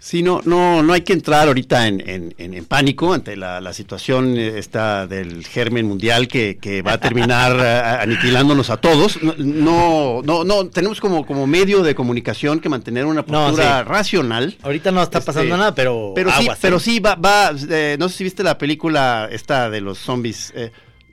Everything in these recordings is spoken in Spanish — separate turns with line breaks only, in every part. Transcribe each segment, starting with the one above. Sí, no, no, no hay que entrar ahorita en, en- en- en pánico ante la, la situación eh, esta del germen mundial que, que va a terminar eh, aniquilándonos a todos. No, no, no, no, tenemos como, como medio de comunicación que mantener una
No,
postura
sí.
racional.
Ahorita no está pasando
Este,
nada, pero.
Pero sí,
aguas,
pero
¿eh?
sí va, va eh, no sé si viste la película esta de los zombies. eh,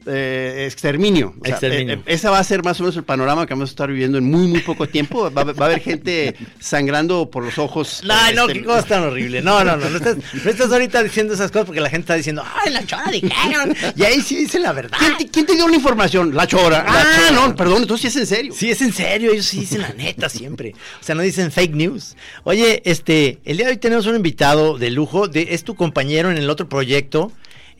eh, exterminio. O sea,
Exterminio.
eh, eh, esa va a ser más o menos el panorama que vamos a estar viviendo en muy, muy poco tiempo. Va, a- va a haber gente sangrando por los ojos.
No,
eh,
no,
este,
qué cosa tan horrible. No, no, no. No estás, no estás ahorita diciendo esas cosas porque la gente está diciendo, ¡ay, la chora dijeron! Y ahí sí dice la verdad.
¿Quién te, quién te dio la información? La chora. ah, no, perdón, entonces sí es en serio.
Sí, es en serio, ellos sí dicen la neta siempre. O sea, no dicen fake news. Oye, este, el día de hoy tenemos un invitado de lujo, de, es tu compañero en el otro proyecto,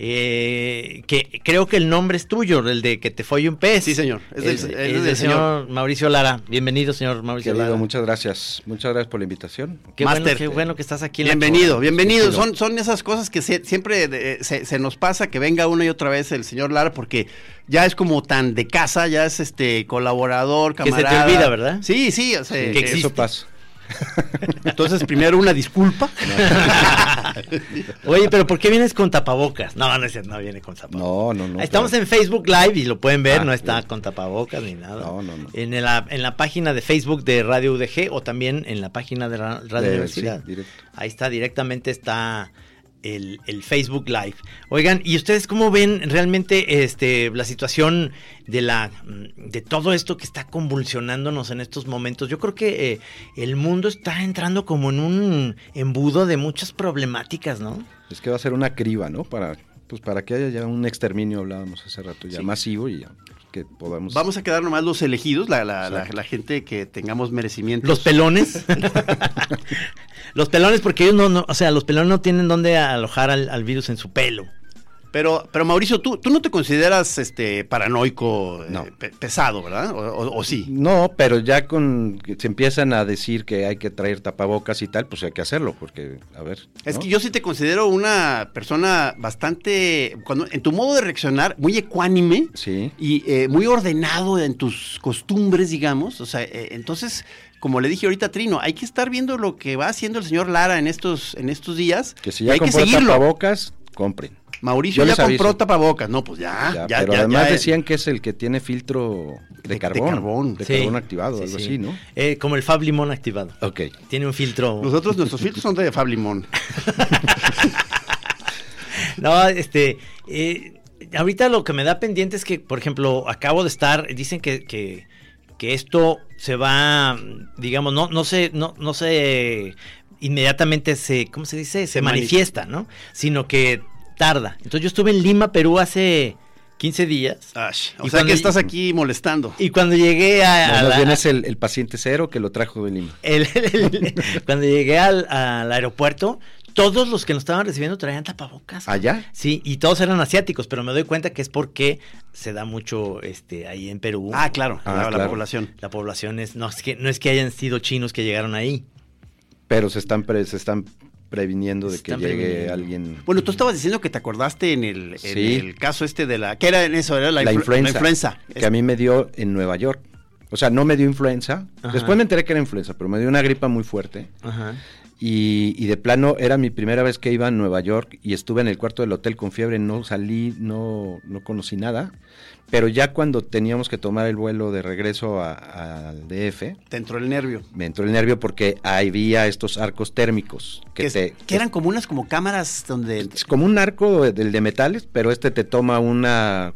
eh, que creo que el nombre es tuyo, el de que te folle un pez.
Sí, señor. Es del-
Es,
es
es
del
del
señor.
señor Mauricio Lara. Bienvenido, señor Mauricio
Querido,
Lara.
muchas gracias. Muchas gracias por la invitación.
Qué bueno,
Master.
qué bueno que estás aquí. en la
Bienvenido,
chora.
bienvenido.
Sí,
Son, son esas cosas que se- siempre eh, se, se nos pasa que venga una y otra vez el señor Lara porque ya es como tan de casa, ya es este colaborador,
se te
camarada.
olvida, ¿verdad?
Sí, sí, o sea,
Que
que-
existe.
Eso pasa.
Entonces, primero una disculpa.
Oye, pero ¿por qué vienes con tapabocas? No, no, es cierto, no viene con tapabocas.
No, no, no.
Estamos
pero-
en Facebook Live y lo pueden ver,
Ah,
no está
sí.
con tapabocas ni nada.
No, no, no.
En la, en la página de Facebook de Radio UDG o también en la página de Ra- Radio
De-
Universidad.
sí, directo.
Ahí está, directamente está el, el Facebook Live. Oigan, ¿y ustedes cómo ven realmente este, la situación de, la, mm, de todo esto que está convulsionándonos en estos momentos? Yo creo que eh, el mundo está entrando como en un embudo de muchas problemáticas, ¿no?
Es que va a ser una criba, ¿no? Para, pues para que haya ya un exterminio, hablábamos hace rato, ya
Sí.
masivo y ya que podamos.
Vamos a quedar nomás los elegidos, la, la- la-
Exacto.
la gente que tengamos merecimiento.
Los pelones. los pelones, porque ellos no, no- o sea, los pelones no tienen dónde alojar al, al virus en su pelo.
Pero, pero Mauricio, tú, tú no te consideras este paranoico eh,
No.
pe- pesado, ¿verdad? O, o- o sí.
No, pero ya con que se empiezan a decir que hay que traer tapabocas y tal, pues hay que hacerlo, porque, a ver.
Es
¿no?
que yo sí te considero una persona bastante, cuando, en tu modo de reaccionar, muy ecuánime
Sí.
y eh, muy ordenado en tus costumbres, digamos. O sea, eh, entonces, como le dije ahorita a Trino, hay que estar viendo lo que va haciendo el señor Lara en estos, en estos días.
Que si
y
ya
hay que
compró
seguirlo.
tapabocas, compren.
Mauricio
Yo
ya
les
compró
aviso.
tapabocas. No, pues ya, ya,
Ya,
ya.
pero
ya,
además
eh.
decían que es el que tiene filtro de,
de
carbón.
carbón.
de
Sí.
carbón activado,
Sí,
algo
sí.
así, ¿no?
Eh, como el Fab Limón activado.
Ok.
Tiene un filtro.
Nosotros, nuestros filtros son de Fab Limón.
No, este. eh, ahorita lo que me da pendiente es que, por ejemplo, acabo de estar. Dicen que, que, que esto se va. Digamos, no, no se. No, no se inmediatamente se. ¿Cómo se dice? Se,
Se manifiesta.
manifiesta, ¿no? Sino que tarda. Entonces yo estuve en Lima, Perú hace 15 días.
Ash,
Y
o sea
cuando-
que estás aquí molestando.
Y cuando llegué a.
No,
a
más
la-
bien es el, el paciente cero que lo trajo de Lima.
el- el- el- cuando llegué al, al aeropuerto, todos los que nos estaban recibiendo traían tapabocas.
¿Allá?
Sí, y todos eran asiáticos, pero me doy cuenta que es porque se da mucho este ahí en Perú.
Ah, claro,
Ah,
la- la
claro.
población.
La población es no es que no es que hayan sido chinos que llegaron ahí.
Pero se están, pre- se están previniendo de
Se
que
están
llegue
previniendo.
alguien.
Bueno, tú estabas diciendo que te acordaste en el, en
Sí.
el caso este de la... ¿Qué era en eso? Era la,
la,
influ-
influenza.
La influenza.
Que a mí me dio en Nueva York. O sea, no me dio influenza.
Ajá.
Después me enteré que era influenza, pero me dio una gripa muy fuerte. Y, y de plano era mi primera vez que iba a Nueva York y estuve en el cuarto del hotel con fiebre, no salí, no, no conocí nada. Pero ya cuando teníamos que tomar el vuelo de regreso a- al DF,
Te entró el nervio.
me entró el nervio porque había estos arcos térmicos que,
Que, es-
te,
que eran como unas como cámaras donde...
Es como un arco del de metales, pero este te toma una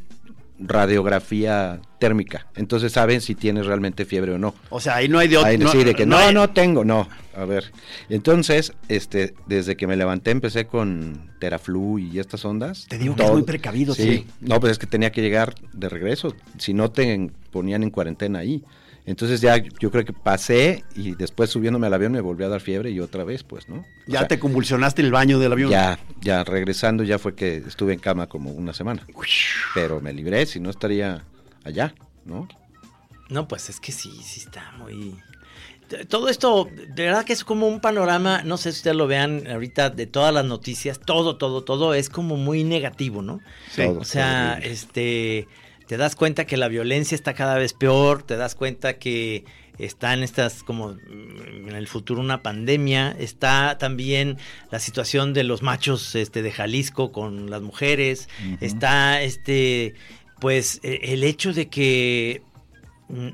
radiografía térmica. Entonces saben si tienes realmente fiebre o no.
O sea, ahí no hay de otro.
Ahí
no,
sí, de que
no
no, no,
hay-
tengo, no. A ver. Entonces, este, desde que me levanté empecé con Teraflu y estas ondas.
Te digo que es muy precavido, sí.
No, pues es que tenía que llegar de regreso. Si no te en- ponían en cuarentena ahí. Entonces ya yo creo que pasé y después subiéndome al avión me volvió a dar fiebre y otra vez, pues, ¿no? O
Ya
sea,
te convulsionaste en el baño del avión.
ya, ya regresando ya fue que estuve en cama como una semana. Pero me libré, si no estaría allá, ¿no?
No, pues es que sí, sí está muy... T- Todo esto, de verdad que es como un panorama, no sé si ustedes lo vean ahorita, de todas las noticias, todo, todo, todo es como muy negativo, ¿no?
Sí.
Todo.
O sea, este, te das cuenta que la violencia está cada vez peor, te das cuenta que están estas como mm, en el futuro una pandemia, está también la situación de los machos este de Jalisco con las mujeres, está este pues e- el hecho de que mm,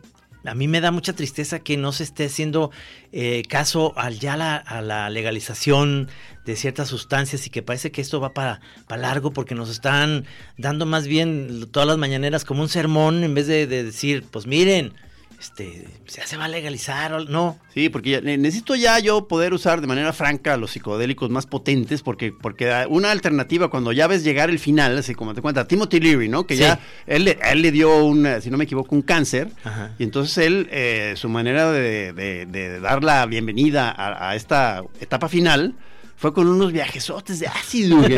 a mí me da mucha tristeza que no se esté haciendo eh, caso al ya la, a la legalización de ciertas sustancias y que parece que esto va para, para largo porque nos están dando más bien todas las mañaneras como un sermón en vez de, de decir, pues miren, este, ya se va a legalizar, o- no,
Sí, porque ya- ne- necesito ya yo poder usar de manera franca los psicodélicos más potentes, porque, porque ah, una alternativa cuando ya ves llegar el final, así como te cuenta, Timothy Leary, ¿no? Que
Sí.
ya él, le- a él le dio, un, eh, si no me equivoco, un cáncer,
Ajá.
y entonces él, eh, su manera de, de- de dar la bienvenida a, a esta etapa final fue con unos viajesotes de ácido. güey.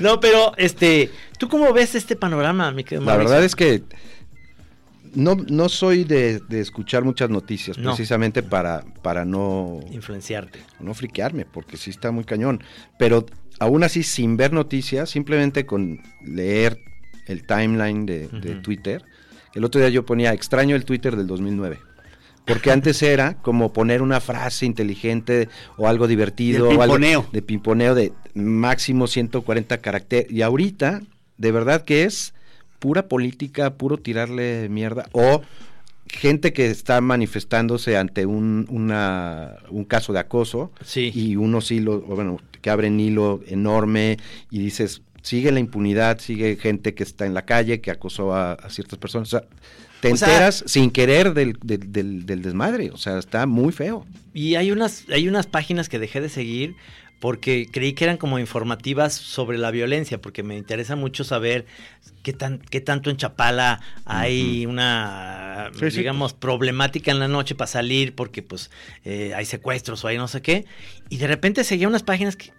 no, pero este, ¿tú cómo ves este panorama, mi querido
La
Mauricio?
verdad es que no, no soy de, de escuchar muchas noticias,
No.
precisamente para, para no,
Influenciarte.
no friquearme, porque sí está muy cañón. Pero aún así, sin ver noticias, simplemente con leer el timeline de, de
Ujú.
Twitter, el otro día yo ponía extraño el Twitter del 2009. Porque antes era como poner una frase inteligente o algo divertido.
Del
o algo
pimponeo.
de pimponeo de máximo 140 caracteres. Y ahorita, de verdad que es pura política, puro tirarle mierda. O gente que está manifestándose ante un, una- un caso de acoso
Sí.
y unos hilos, o bueno, que abren hilo enorme y dices, sigue la impunidad, sigue gente que está en la calle, que acosó a, a ciertas personas. O sea, te
O sea-
enteras sin querer del, del- del- del desmadre, o sea, está muy feo.
Y hay unas, hay unas páginas que dejé de seguir porque creí que eran como informativas sobre la violencia, porque me interesa mucho saber qué, tan, qué tanto en Chapala hay una,
Sí, sí,
digamos, problemática en la noche para salir porque pues eh, hay secuestros o hay no sé qué. Y de repente seguía unas páginas que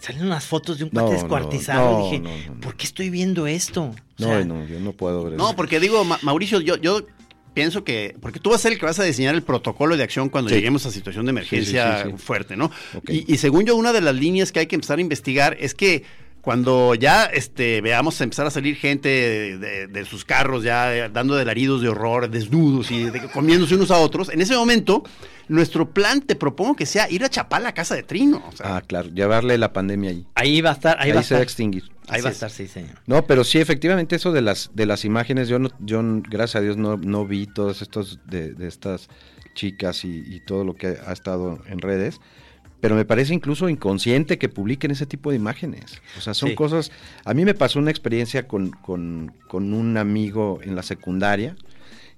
salen unas fotos de un
No,
cuate
no,
descuartizado.
no,
y dije,
no, no.
¿por qué estoy viendo esto? O
No,
sea,
no, yo no puedo.
No, porque digo, Ma- Mauricio, yo, yo pienso que. Porque tú vas a ser el que vas a diseñar el protocolo de acción cuando
Sí.
lleguemos a situación de emergencia
Sí, sí, sí, sí.
fuerte, ¿no?
Ok.
Y, y según yo, una de las líneas que hay que empezar a investigar es que. Cuando ya este, veamos empezar a salir gente de, de- de sus carros, ya eh, dando alaridos de horror, desnudos y de- comiéndose unos a otros, en ese momento, nuestro plan te propongo que sea ir a chapar la casa de Trino. o sea,
Ah, claro, llevarle la pandemia ahí.
Ahí va a estar, ahí,
Ahí,
va a
se va
estar.
a extinguir.
Ahí
Así
va a
es.
estar, sí, señor.
No, pero sí, efectivamente, eso de las de las imágenes, yo, no, yo gracias a Dios, no, no vi todos estos de, de estas chicas y, y todo lo que ha estado en redes, pero me parece incluso inconsciente que publiquen ese tipo de imágenes. O sea, son
Sí.
cosas... A mí me pasó una experiencia con, con, con un amigo en la secundaria,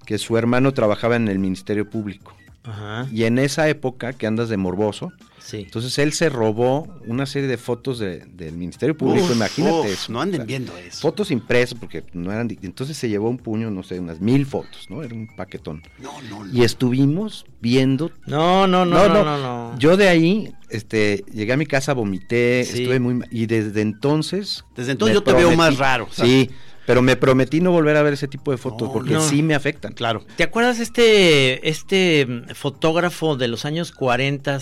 que su hermano trabajaba en el Ministerio Público.
Ajá,
Y en esa época que andas de morboso,
sí.
entonces él se robó una serie de fotos de- del Ministerio Público,
uf,
imagínate
uf,
eso.
No
O
anden
sea,
viendo eso.
Fotos impresas, porque no eran. di- Entonces se llevó un puño, no sé, unas mil fotos, ¿no? Era un paquetón.
No, no, no.
Y estuvimos viendo.
No, no, no, no, no, no.
Yo de ahí, este, llegué a mi casa, vomité,
Sí.
estuve muy. ma- Y desde entonces.
Desde entonces
me
yo te veo más raro, o sea.
Sí, pero me prometí no volver a ver ese tipo de fotos,
No,
porque
no.
sí me afectan.
Claro.
¿Te acuerdas este, este mm, fotógrafo de los años 40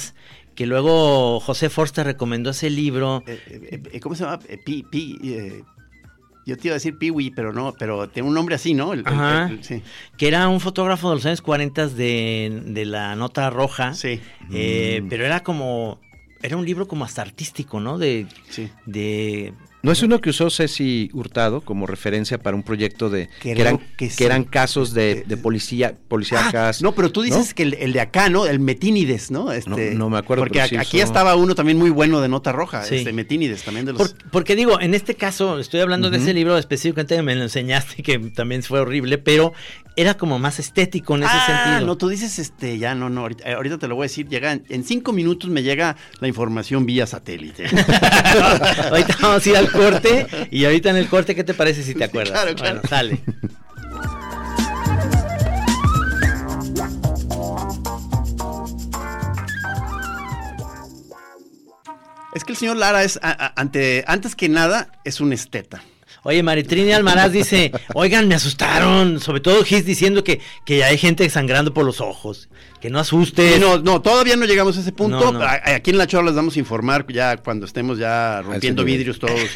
que luego José Forster recomendó ese libro?
eh, eh, eh, ¿cómo se llama? Eh, pi, pi, eh, yo te iba a decir Piwi, pero no, pero tiene un nombre así, ¿no? El- el-
Ajá.
el- sí.
Que era un fotógrafo de los años 40 de, de la nota roja.
Sí, Mm.
Eh, Pero era como. Era un libro como hasta artístico, ¿no? De,
sí.
de
No es uno que usó Ceci Hurtado como referencia para un proyecto de que
Creo
eran,
que
que
sí.
eran casos de, de policía,
Ah,
policíacas.
no, pero tú dices
¿no?
que el, el de acá, ¿no? El Metínides, ¿no? Este,
No, no me acuerdo,
Porque
pero
a-
sí
aquí
usó-
estaba uno también muy bueno de nota roja,
Sí.
este Metínides, también de los...
Por- porque digo, en este caso, estoy hablando de ese libro específicamente, me lo enseñaste, que también fue horrible, pero era como más estético en ese
ah,
sentido.
no, tú dices, este, ya, no, no, ahorita, eh, ahorita te lo voy a decir, llega, en- en cinco minutos me llega la información vía satélite.
ahorita vamos a ir al corte y ahorita en el corte, ¿qué te parece si te acuerdas?
claro, claro.
Bueno, sale.
es que el señor Lara es, a- a- ante, antes que nada, es un esteta.
Oye, Maritrini Almaraz dice, oigan, me asustaron, sobre todo Gis diciendo que, que hay gente sangrando por los ojos, que no asuste.
Sí, no, no, todavía no llegamos a ese punto.
No, no.
A- a- Aquí en la chorra les vamos a informar ya cuando estemos ya rompiendo
nivel.
vidrios todos.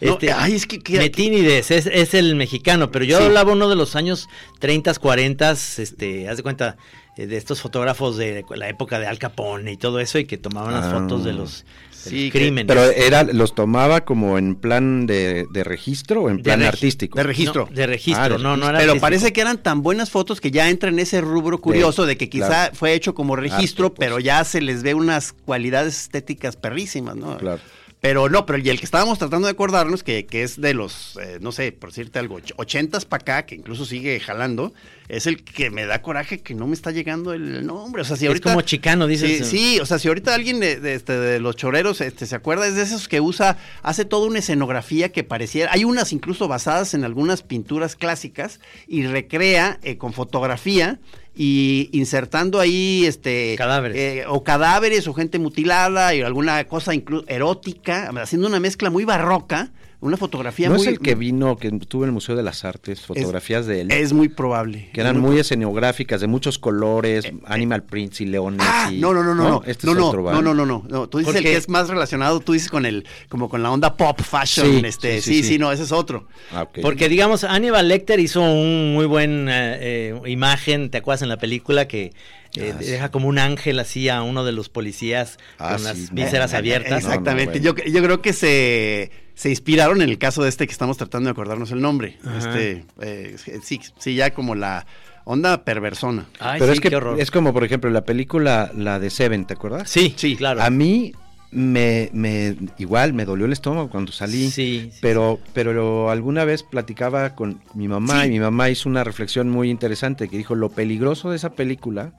y- No,
Este,
ay, es que, que-
Metínides es, es el mexicano, pero yo
Sí.
hablaba uno de los años 30, 40, este, haz de cuenta, eh, de estos fotógrafos de la época de Al Capone y todo eso, y que tomaban las
Ah.
fotos de los, de
Sí,
los
que-
crímenes.
Pero era, los tomaba como en plan de, de registro o en
De
plan
regi-
artístico.
de registro.
No, de registro,
Ah, de
no, no era
pero
artístico.
parece que eran tan buenas fotos que ya entra en ese rubro curioso de, que quizá
claro.
fue hecho como registro,
Arte, pues.
pero ya se les ve unas cualidades estéticas perrísimas, ¿no?
Claro.
Pero no, pero y el que estábamos tratando de acordarnos, que, que es de los, eh, no sé, por decirte algo, och- ochentas para acá, que incluso sigue jalando, es el que me da coraje que no me está llegando el nombre. O sea, si
Es
ahorita.
como chicano,
Sí,
dices.
sí, o sea, si ahorita alguien de, de este, de los choreros este, se acuerda, es de esos que usa, hace toda una escenografía que pareciera, hay unas incluso basadas en algunas pinturas clásicas y recrea eh, con fotografía y insertando ahí este
Cadáveres.
eh, o cadáveres o gente mutilada y alguna cosa inclu- erótica, haciendo una mezcla muy barroca, una fotografía
¿No
muy
es el que vino, que estuvo en el Museo de las Artes, fotografías de él?
es muy probable.
que
es
eran
muy Eh,
muy escenográficas, de muchos colores, Animal Prince y leones.
Ah,
y-
no, no, no, no, no,
Este
no,
es
no,
otro,
no,
¿vale?
no, no, no, no, tú dices el
Porque-
que es más relacionado, tú dices con el, como con la onda pop fashion,
Sí,
este, sí,
sí,
sí,
sí, sí.
no, ese es otro.
Ah, ok.
Porque digamos, Aníbal Lecter hizo un muy buen eh, eh, imagen, ¿te acuerdas en la película que eh,
Ah, sí.
deja como un ángel así a uno de los policías
Ah,
con
sí,
las
no,
vísceras
no, no,
abiertas?
no, no,
Exactamente,
bueno.
yo, yo creo que se, se inspiraron en el caso de este que estamos tratando de acordarnos el nombre,
Ajá.
este, eh, sí, sí, ya como la onda perversona.
Ay,
Pero
sí,
es que
qué horror.
es como, por ejemplo, la película, la de Seven, ¿te acuerdas?
Sí, sí, claro.
A mí me, me igual me dolió el estómago cuando salí.
Sí, sí,
Pero, pero alguna vez platicaba con mi mamá
Sí.
y mi mamá hizo una reflexión muy interesante que dijo lo peligroso de esa película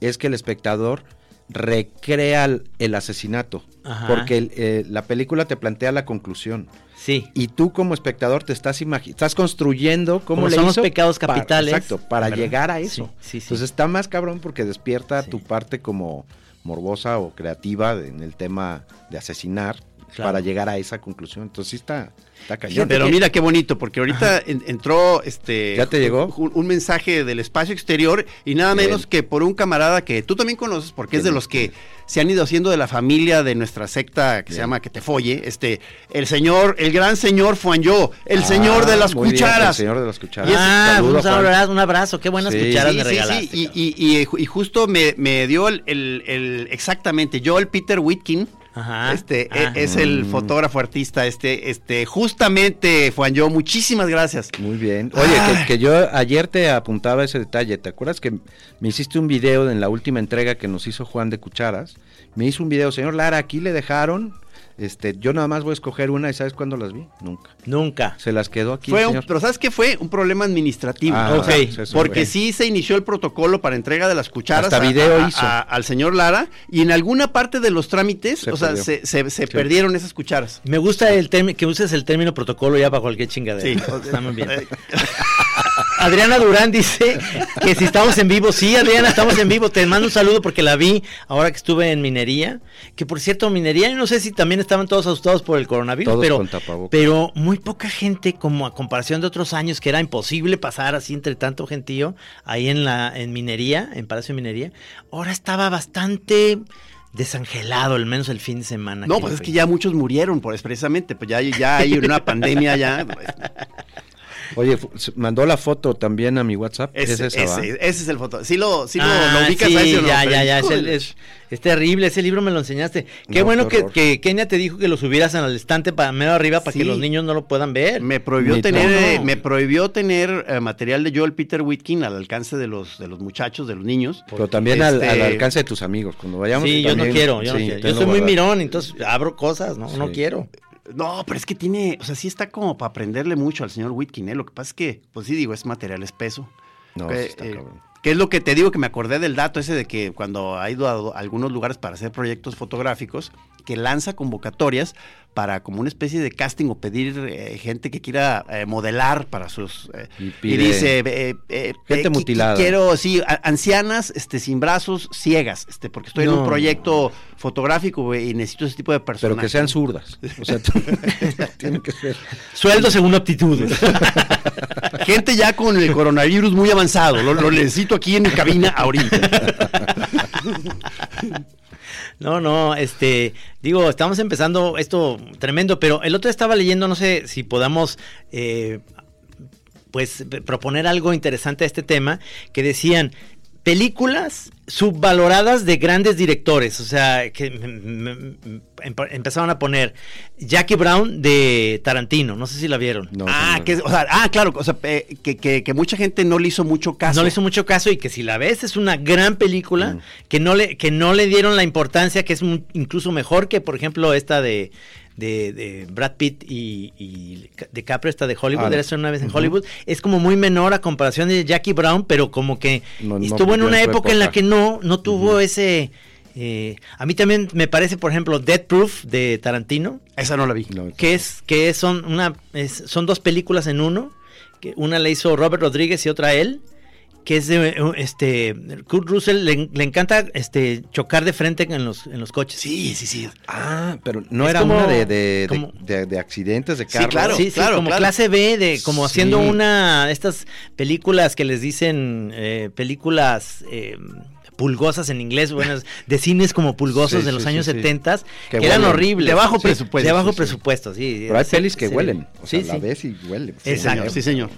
es que el espectador recrea el, el asesinato
Ajá.
porque el- eh, la película te plantea la conclusión
Sí.
y tú como espectador te estás imagi- estás construyendo cómo
Como
le
son los
hizo
pecados
para-
capitales.
exacto, para
¿Verdad?
llegar a eso.
Sí, sí, sí.
Entonces está más cabrón porque despierta
Sí.
tu parte como morbosa o creativa de- en el tema de asesinar
Claro.
para llegar a esa conclusión. Entonces sí está, está cañón.
Pero mira qué bonito, porque ahorita en- entró este
¿Ya te llegó?
un, un mensaje del espacio exterior y nada
Bien.
menos que por un camarada que tú también conoces, porque es de
Bien.
los que se han ido haciendo de la familia de nuestra secta que se
Bien.
llama Que te folle, este el señor, el gran señor Fuanyó, el
Ah,
señor de las
muy bien,
cucharas.
el señor de las cucharas.
Ah,
Saludo,
un
Juan.
abrazo, un abrazo, qué buenas
Sí.
cucharas
Sí,
me
sí,
regalaste.
sí, y-
cabrón.
y, y- y justo me, me dio el, el- el- exactamente, yo el Peter Whitkin,
Ajá.
este,
Ah.
e- es el
Mm.
fotógrafo artista, este, este, justamente, Fuanyó, muchísimas gracias.
Muy bien. Oye, que, que yo ayer te apuntaba ese detalle. ¿Te acuerdas que me hiciste un video en la última entrega que nos hizo Juan de Cucharas? Me hizo un video, señor Lara, aquí le dejaron. Este, yo nada más voy a escoger una y ¿sabes cuándo las vi? Nunca.
Nunca.
Se las quedó aquí,
Fue un-
señor.
pero ¿sabes qué fue? Un problema administrativo.
Ah,
ok.
pues eso,
Porque
güey.
sí se inició el protocolo para entrega de las cucharas
Hasta
a-
video
a- a-
hizo.
a- al señor Lara y en alguna parte de los trámites,
Se
o sea,
perdió.
se, se- se perdieron esas cucharas.
Me gusta el término, que uses el término protocolo ya para cualquier
Sí.
chingadera. Está muy bien. Adriana Durán dice que si estamos en vivo, sí, Adriana, estamos en vivo. Te mando un saludo porque la vi ahora que estuve en minería. Que por cierto, minería, yo no sé si también estaban todos asustados por el coronavirus,
Todos
pero,
con tapabocas.
pero muy poca gente, como a comparación de otros años, que era imposible pasar así entre tanto gentío ahí en la en minería, en Palacio de Minería. Ahora estaba bastante desangelado, al menos el fin de semana.
No, pues es
fui.
que ya muchos murieron por precisamente, pues ya, ya hay una pandemia ya. pues,
Oye, fu- s- mandó la foto también a mi WhatsApp.
Ese,
es esa, ¿va?
ese, ese es el foto. Sí lo, sí lo,
Ah,
lo ubicas
sí,
a ese o no,
ya,
Freddy?
ya, ya, es, el-
Híjole.
es- es terrible, ese libro me lo enseñaste. Qué
No,
bueno
qué
que,
horror.
que Kenia te dijo que lo subieras al estante para medio arriba para
Sí.
que los niños no lo puedan ver.
Me prohibió
Ni
tener,
tú,
eh,
no.
me prohibió tener eh, material de Joel Peter Whitkin al alcance de los, de los muchachos, de los niños.
Pero también al,
Este,
al alcance de tus amigos. Cuando vayamos.
sí, yo no
también-
quiero, yo no
sí,
quiero. Yo
tenlo
soy muy
guardado.
mirón, entonces abro cosas, ¿no? No
Sí.
quiero.
No, pero es que tiene, o sea, sí está como para aprenderle mucho al señor Whitkin, ¿eh? Lo que pasa es que, pues sí digo, es material espeso.
No,
que,
sí está
eh,
cabrón.
que es lo que te digo que me acordé del dato ese de que cuando ha ido a, algunos lugares para hacer proyectos fotográficos, que lanza convocatorias para como una especie de casting o pedir eh, gente que quiera eh, modelar para sus... eh,
Y
y,
pide
dice... eh, eh,
gente
qui- qui-
mutilada.
Quiero, sí, a- ancianas este, sin brazos, ciegas, este, porque estoy en
No.
un proyecto fotográfico güey, y necesito ese tipo de personas.
Pero que sean zurdas. O sea, tienen que ser.
Sueldo según aptitudes.
Gente ya con el coronavirus muy avanzado. Lo, lo necesito aquí en mi cabina ahorita.
No, no, este, digo, estamos empezando esto tremendo, pero el otro día estaba leyendo, no sé si podamos, eh, pues, p- proponer algo interesante a este tema, que decían películas subvaloradas de grandes directores, o sea, que m- m- m- empa- empezaron a poner Jackie Brown de Tarantino, no sé si la vieron.
No,
ah,
no.
que, o sea, ah, claro. o sea, eh, que, que- que mucha gente no le hizo mucho caso.
No le hizo mucho caso y que si la ves es una gran película
Mm.
que no le que no le dieron la importancia que es mu- incluso mejor que por ejemplo esta de de, de Brad Pitt y, y DiCaprio esta de Hollywood
Ah,
era
la-
una vez en Hollywood es como muy menor a comparación de Jackie Brown pero como que
No, no
estuvo en
vivió
una
en su
época, en la
época.
que no no tuvo ese eh, a mí también me parece por ejemplo Dead Proof de Tarantino
Esa no la vi.
No,
que es que son una es- son dos películas en uno que una la hizo Robert Rodríguez y otra él que es de eh, este Kurt Russell le, en- le encanta este chocar de frente en los en los coches
Sí, sí, sí.
Ah, pero no
Es
era
como-
una de, de- de-
como-
de- de accidentes, de
Sí,
carros.
claro.
sí, sí, como
claro.
clase B de como
Sí.
haciendo una de estas películas que les dicen eh, películas eh, pulgosas en inglés, bueno, es de cines como pulgosos
Sí,
de los
sí,
años
sí, sí.
70 que,
Que
eran
huelen.
horribles.
De bajo
Sí,
presupuesto,
De bajo
sí, sí.
presupuesto, sí.
Pero hay
Sí,
pelis que
sí.
huelen. O sea,
Sí,
la
sí.
ves y huele.
Sí,
Exacto.
señor, sí, señor.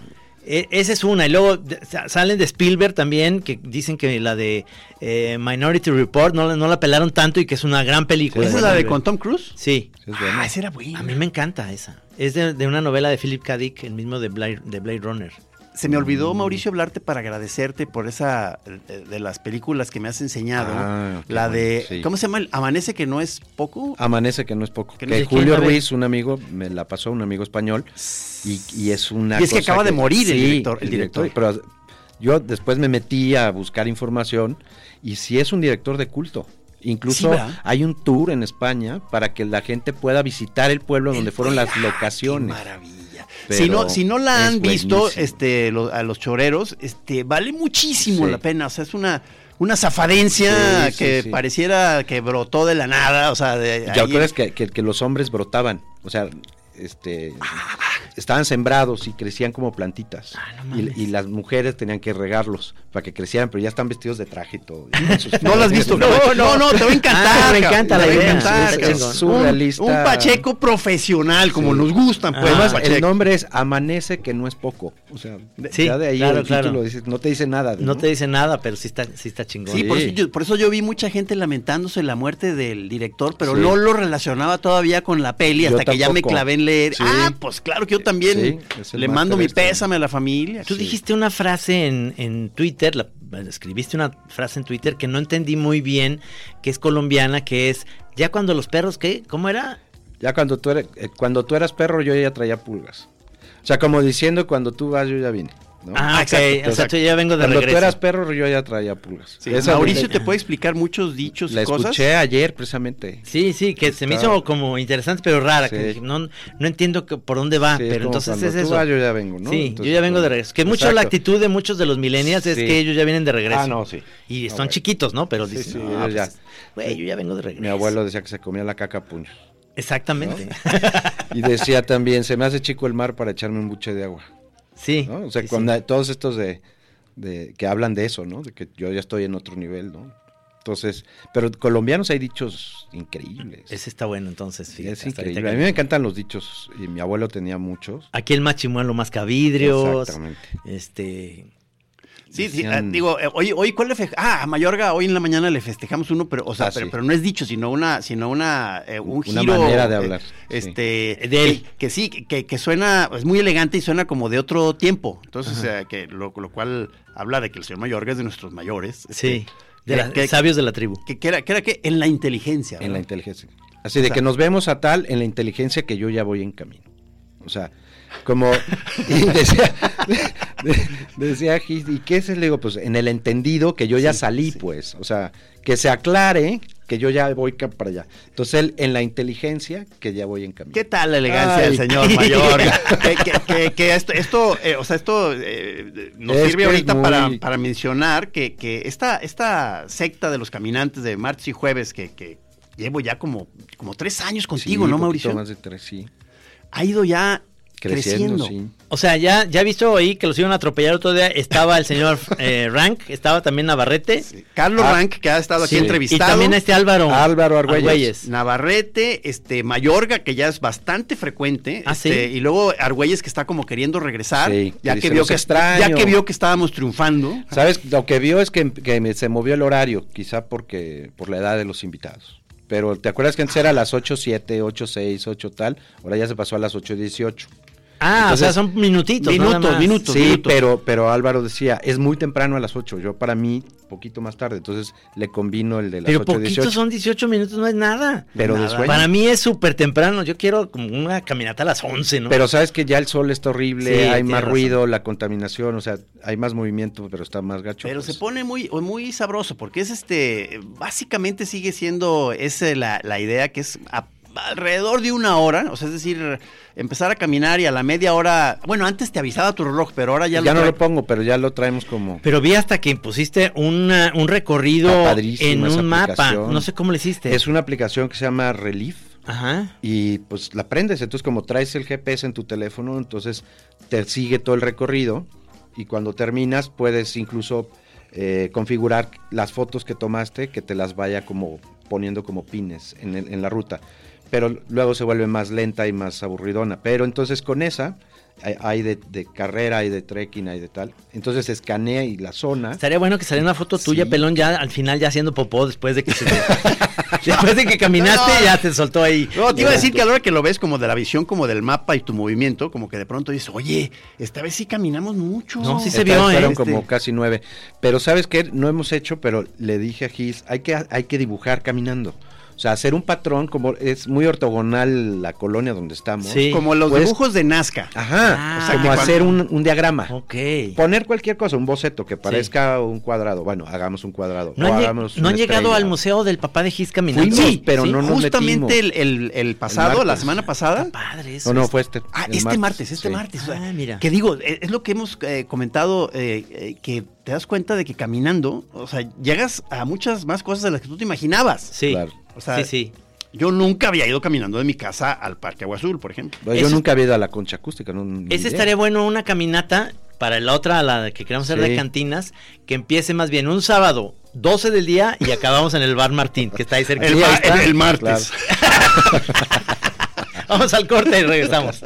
E- esa es una. Y luego de- sa- salen de Spielberg también, que dicen que la de eh, Minority Report no, la- no la pelaron tanto y que es una gran película.
¿Esa es la de con Tom Cruise?
Sí.
Es buena.
Ah, esa era buena.
A mí me encanta esa. Es de, de una novela de Philip K. Dick, el mismo de Blade, de Blade Runner.
Se me olvidó, Mauricio, hablarte para agradecerte por esa eh, de las películas que me has enseñado.
Ah, qué
la
bueno,
de,
sí.
¿cómo se llama? El Amanece que no es poco.
Amanece que no es poco.
Que
Que,
no sé quién
Julio
la ve.
Ruiz, un amigo, me la pasó, un amigo español, y, y es una.
Y es que
cosa
acaba de morir el director- el director.
Pero yo después me metí a buscar información y si es un director de culto.
Sí,
Incluso
¿verdad?
hay un tour en España para que la gente pueda visitar el pueblo donde fueron las
Qué
locaciones.
maravilla.
Pero
Si no, si no la han
es
visto
buenísimo.
este, lo- a los choreros, este, vale muchísimo
Sí.
la pena. O sea, es una, una zafadencia
Sí, sí,
que
sí.
pareciera que brotó de la nada. O sea, de,
Ya
ahí-
acuerdas que, que, que los hombres brotaban, o sea, este, estaban sembrados y crecían como plantitas.
Ah,
y, y las mujeres tenían que regarlos para que crecieran, pero ya están vestidos de traje y todo.
no la has visto.
No,
cabrón. no, no, te va a encantar.
Ah, me
cabrón.
encanta
Te
la
va a
idea.
encantar,
Es-
cabrón.
es
Un-
surrealista.
Un, Pacheco profesional, como
Sí.
nos gustan.
Ah,
Pues,
Además,
los
el
Pacheco.
nombre es Amanece, que no es poco. O sea,
Sí,
ya de ahí
claro,
el
claro.
título dices, no te dice nada.
No te dice nada, pero sí está, sí está chingón.
Sí, Por,
Sí.
eso yo, por eso yo vi mucha gente lamentándose la muerte del director, pero
Sí.
no lo relacionaba todavía con la peli
Yo
hasta que ya me
tampoco.
clavé en leer.
Sí.
Ah, pues claro que yo también
Sí, es el
le
más
mando mi
terrestre.
pésame a la familia.
Tú
Sí.
dijiste una frase en, en Twitter, la- escribiste una frase en Twitter que no entendí muy bien, que es colombiana, que es, ya cuando los perros, ¿qué? ¿Cómo era?
Ya cuando tú, eres, eh, cuando tú eras perro, yo ya traía pulgas. O sea, como diciendo, cuando tú vas, yo ya vine. ¿no?
Ah, ok,
exacto,
o sea, tú ya vengo de
Cuando
regreso.
tú eras perro, yo ya traía pulgas.
Sí,
Esa
Mauricio
ahorita-
te puede explicar muchos dichos
La
y cosas.
escuché ayer precisamente.
Sí, sí, que se me
Está-
hizo como interesante, pero rara.
Sí.
que dije, no, no entiendo que- por dónde va,
Sí, es
ah, pero
como
entonces
cuando
es
tú
eso.
vas, yo ya vengo, ¿no?
Sí,
Entonces,
yo ya vengo de
pues,
regreso. Que mucho la
exacto.
actitud de muchos de los millennials es
Sí.
que ellos ya vienen de regreso.
Ah, no, sí.
Y
No,
son
bueno.
chiquitos, ¿no? Pero
Sí,
dicen,
sí,
no,
ellos ya.
pues, güey, yo ya vengo de regreso.
Mi abuelo decía que se comía la caca a puños.
Exactamente.
Y decía también, se me hace chico el mar para echarme un buche de agua.
sí.
¿no? O sea,
sí, sí.
cuando todos estos de, de- que hablan de eso, ¿no? De que yo ya estoy en otro nivel, ¿no? Entonces, pero colombianos hay dichos increíbles.
Ese está bueno, entonces. fíjate,
es
hasta
increíble.
ahorita
A
que-
mí me encantan los dichos y mi abuelo tenía muchos.
Aquí el machimuelo más vidrios.
Exactamente.
Este.
Sí, sí,
Decían-
ah, digo, eh, hoy, hoy, ¿cuál le festejamos? Ah, a Mayorga, hoy en la mañana le festejamos uno, pero, o sea,
Ah,
pero,
sí.
pero no es dicho, sino una, sino una, eh, un
Una
giro.
manera de
eh,
hablar, sí.
Este,
Eh, de
de
él.
él. Que sí, que, que suena, es muy elegante y suena como de otro tiempo. Entonces, eh, que lo, lo cual habla de que el señor Mayorga es de nuestros mayores. este,
Sí.
que-
De las-
que-
sabios de la tribu.
que, que era, que era que en la inteligencia.
En la
¿verdad?
inteligencia. Así de
sea-
que nos vemos a tal en la inteligencia que yo ya voy en camino. O sea, como y decía, de- decía Gis, ¿y qué es? el-?" Le digo, pues en el entendido que yo ya salí, pues. O sea, que se aclare que yo ya voy ca- para allá. Entonces él en la inteligencia que ya voy en camino.
¿Qué tal la elegancia
Ay.
del señor Mayorga? que, que- que- que esto, esto eh, o sea, esto eh, nos
Es
sirve
que es
ahorita
muy-
para, para mencionar que, que esta, esta secta de los caminantes de martes y jueves que, que llevo ya como, como tres años contigo,
Sí,
¿no,
poquito
Mauricio?
Más de tres, sí.
Ha ido ya creciendo.
Creciendo, sí.
O sea, ya, ya visto ahí que los iban a atropellar otro día. Estaba el señor eh, Rank, estaba también Navarrete.
Sí. Eh, Carlos
Ah,
Rank, que ha estado aquí
sí.
Y
entrevistado.
también este Álvaro.
Álvaro Argüelles.
Navarrete, este Mayorga, que ya es bastante frecuente,
Ah,
este,
sí.
y luego Argüelles que está como queriendo regresar,
Sí,
ya
que
que
dice,
vio
"Los
que
extraño". Ah,
ya que vio que estábamos triunfando.
¿Sabes? Lo que vio es que, que me- se movió el horario, quizá porque por la edad de los invitados. Pero ¿te acuerdas que antes era a las 8, 7, 8, 6, 8 tal? Ahora ya se pasó a las 8, 18.
Ah, o
Entonces-
sea, son minutitos.
Minutos,
nada más.
minutos.
Sí, pero pero Álvaro decía, es muy temprano a las 8, yo para mí poquito más tarde, entonces le combino el de las
Pero
8,
poquitos
18.
son 18 minutos, no es nada.
Pero de
Nada.
sueño.
Para mí es súper temprano. Yo quiero como una caminata a las 11, ¿no?
Pero sabes que ya el sol está horrible,
Sí,
hay
tienes
más
razón.
ruido, la contaminación, o sea, hay más movimiento, pero está más gacho.
Pero
pues.
se pone muy, muy sabroso, porque es este, básicamente sigue siendo esa la, la idea que es a- alrededor de una hora, o sea, es decir, empezar a caminar y a la media hora, bueno, antes te avisaba tu reloj, pero ahora ya,
Ya, no
trae-
lo pongo, pero ya lo traemos como...
Pero vi hasta que impusiste una- un recorrido
Está
en
padrísima esa
un mapa.
aplicación.
No sé cómo le hiciste.
Es una aplicación que se llama Relief.
Ajá.
y pues la prendes. Entonces, como traes el GPS en tu teléfono, entonces te sigue todo el recorrido y cuando terminas puedes incluso eh, configurar las fotos que tomaste que te las vaya como poniendo como pines en, el- en la ruta. Pero luego se vuelve más lenta y más aburridona. Pero entonces con esa hay, hay de, de carrera, hay de trekking, hay de tal. Entonces escanea y la zona.
Estaría bueno que saliera una foto tuya,
Sí.
pelón, ya al final ya haciendo popó después de que se te- después de que caminaste, ya te soltó ahí.
No, te iba a decir que a la hora que lo ves como de la visión, como del mapa y tu movimiento, como que de pronto dices, oye, esta vez sí caminamos mucho.
No, sí se
Entonces
vio, ¿eh?
Fueron
Este-
como casi nueve. Pero ¿sabes qué? No hemos hecho, pero le dije a Gis, hay que, hay que dibujar caminando. O sea, hacer un patrón, como es muy ortogonal la colonia donde estamos.
Sí.
Como los
Pues-
dibujos de Nazca.
Ajá.
Ah.
o
O sea,
sea, como
que
hacer un, un diagrama.
Ok.
Poner cualquier cosa, un boceto que parezca un cuadrado. Bueno, hagamos un cuadrado.
¿No
o
han, lle-
hagamos
no
una
han llegado
estrella.
al museo del papá de Gis caminando?
Fuimos, pero no nos
Justamente el, el-
metimos.
el pasado, la
martes.
semana pasada,
Padre, eso
No, no,
es-
fue este.
Ah,
el
este martes, este
sí.
martes. o sea,
Ah, mira.
Que digo, eh, es lo que hemos eh, comentado, eh, eh, que te das cuenta de que caminando, o sea, llegas a muchas más cosas de las que tú te imaginabas.
Sí.
Claro.
O sea,
sí, sí.
Yo nunca había ido caminando de mi casa al Parque Agua Azul, por ejemplo.
Yo
Ese-
nunca había ido a la concha acústica. No, ni
Ese
idea.
estaría bueno una caminata para la otra, la que queremos hacer de
Sí.
cantinas, que empiece más bien un sábado, 12 del día, y acabamos en el bar Martín, que está ahí cerca.
El,
ahí
ma-
está.
el- el martes.
Vamos al corte y regresamos.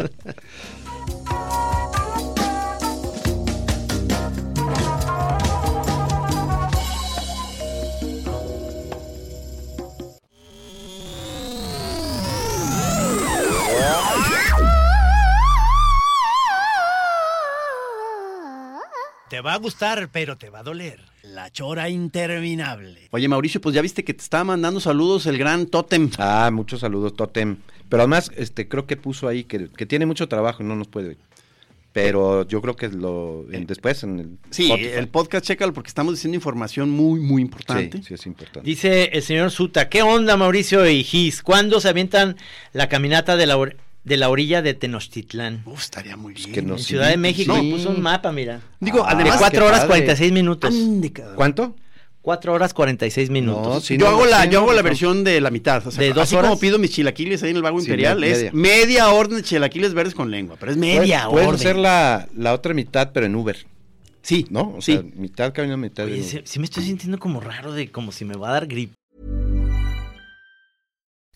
Te va a gustar, pero te va a doler. La chora interminable.
Oye, Mauricio, pues ya viste que te estaba mandando saludos el gran Totem.
Ah, muchos saludos, Totem. Pero además, este, creo que puso ahí que, que tiene mucho trabajo y no nos puede oír. Pero yo creo que lo en- después en el
Sí,
Spotify.
el podcast, chécalo, porque estamos diciendo información muy, muy importante.
sí, sí es importante.
Dice el señor Suta, ¿qué onda Mauricio y Gis? ¿Cuándo se avientan la caminata de la, or- de la orilla de Tenochtitlán?
Uf, estaría muy bien.
que no
En
Sí,
Ciudad de México
no.
y puso un mapa, mira.
Digo,
Ah,
De
además...
4
cuatro- qué
horas
padre.
46 minutos.
Ande, cabrón.
¿Cuánto?
4 horas 46 minutos.
No, sí,
yo hago la,
sí,
yo hago la
no.
versión de la mitad. O sea,
¿De dos
así
horas?
como pido mis chilaquiles ahí en el Vago
Sí,
Imperial,
me-
es media Pues, orden de chilaquiles verdes con lengua, pero es media
Puedes- puedes
orden.
hacer la, la otra mitad, pero en Uber.
Sí,
¿no? O
sí.
sea, mitad camino, mitad.
Oye, sí,
desnudo.
sí me estoy sintiendo como raro de como si me va a dar gripe.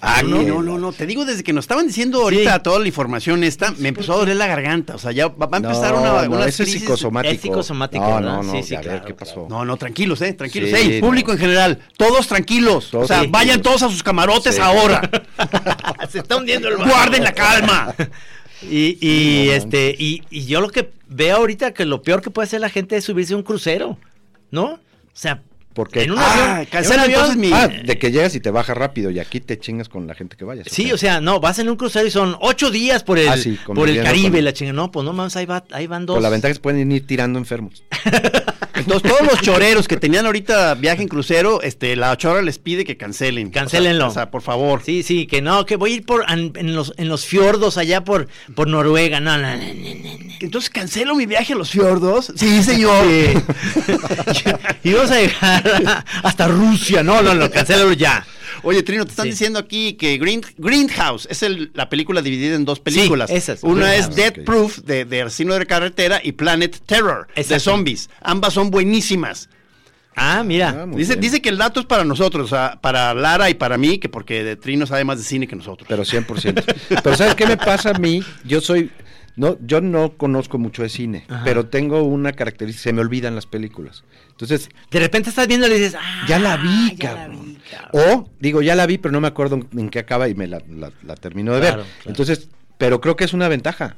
Ah, no,
Sí.
no, no, no. Te digo, desde que nos estaban diciendo ahorita toda la información esta, me empezó a doler la garganta. O sea, ya va, va a empezar
No,
una,
no,
unas
ese es
crisis.
psicosomático.
es psicosomático,
No,
¿verdad?
no, no.
Sí, sí,
a ver,
claro,
¿qué pasó?
No, no, tranquilos, eh, tranquilos.
Sí,
Ey, público
no.
en general, todos tranquilos.
Todos
o sea,
tranquilos.
vayan todos a sus camarotes
Sí.
ahora.
Se está hundiendo el barco.
Guarden la calma.
Y, y, este, y, y yo lo que veo ahorita que lo peor que puede hacer la gente es subirse a un crucero, ¿no? O sea,
¿Por qué?
en un
Ah,
avión. en un
cancela
avión-
entonces mi-
Ah, de que llegas y te bajas rápido y aquí te chingas con la gente que vayas.
Sí, o sea, no, vas en un crucero y son ocho días por el,
Ah, sí,
por el
conviviendo
Caribe,
con-
la chinga. No, pues no mames, ahí, va, ahí van dos.
Con la ventaja es que pueden ir tirando enfermos.
Entonces, todos los choreros que tenían ahorita viaje en crucero, este, la chora les pide que cancelen.
Cancélenlo.
O sea, o sea, por favor.
Sí, sí, que no, que voy a ir por an- en los, en los fiordos allá por, por Noruega. No, no, no, no, no, no.
Entonces, cancelo mi viaje a los fiordos. Sí, señor.
Y vamos a llegar a- hasta Rusia. No, no, no, cancélalo ya.
Oye, Trino, te están
Sí.
diciendo aquí que Green, Greenhouse es el- la película dividida en dos películas.
esas.
Una
Greenhouse,
es Dead
Ah, ok.
Proof de, de Asesino de Carretera y Planet Terror de
Exacto.
zombies. Ambas son buenísimas.
Ah, mira.
Ah, muy
Dice,
bien.
dice que el dato es para nosotros, o sea, para Lara y para mí, que porque de Trino sabe más de cine que nosotros.
Pero 100%. pero ¿sabes qué me pasa a mí? Yo soy... No, yo no conozco mucho de cine,
Ajá.
pero tengo una característica, se me olvidan las películas. Entonces,
De repente estás viendo y le dices, ah,
ya la vi,
ya la
cabrón.
vi, cabrón.
O digo, ya la vi, pero no me acuerdo en qué acaba y me la, la- la termino de
Claro,
ver.
claro.
Entonces, pero creo que es una ventaja.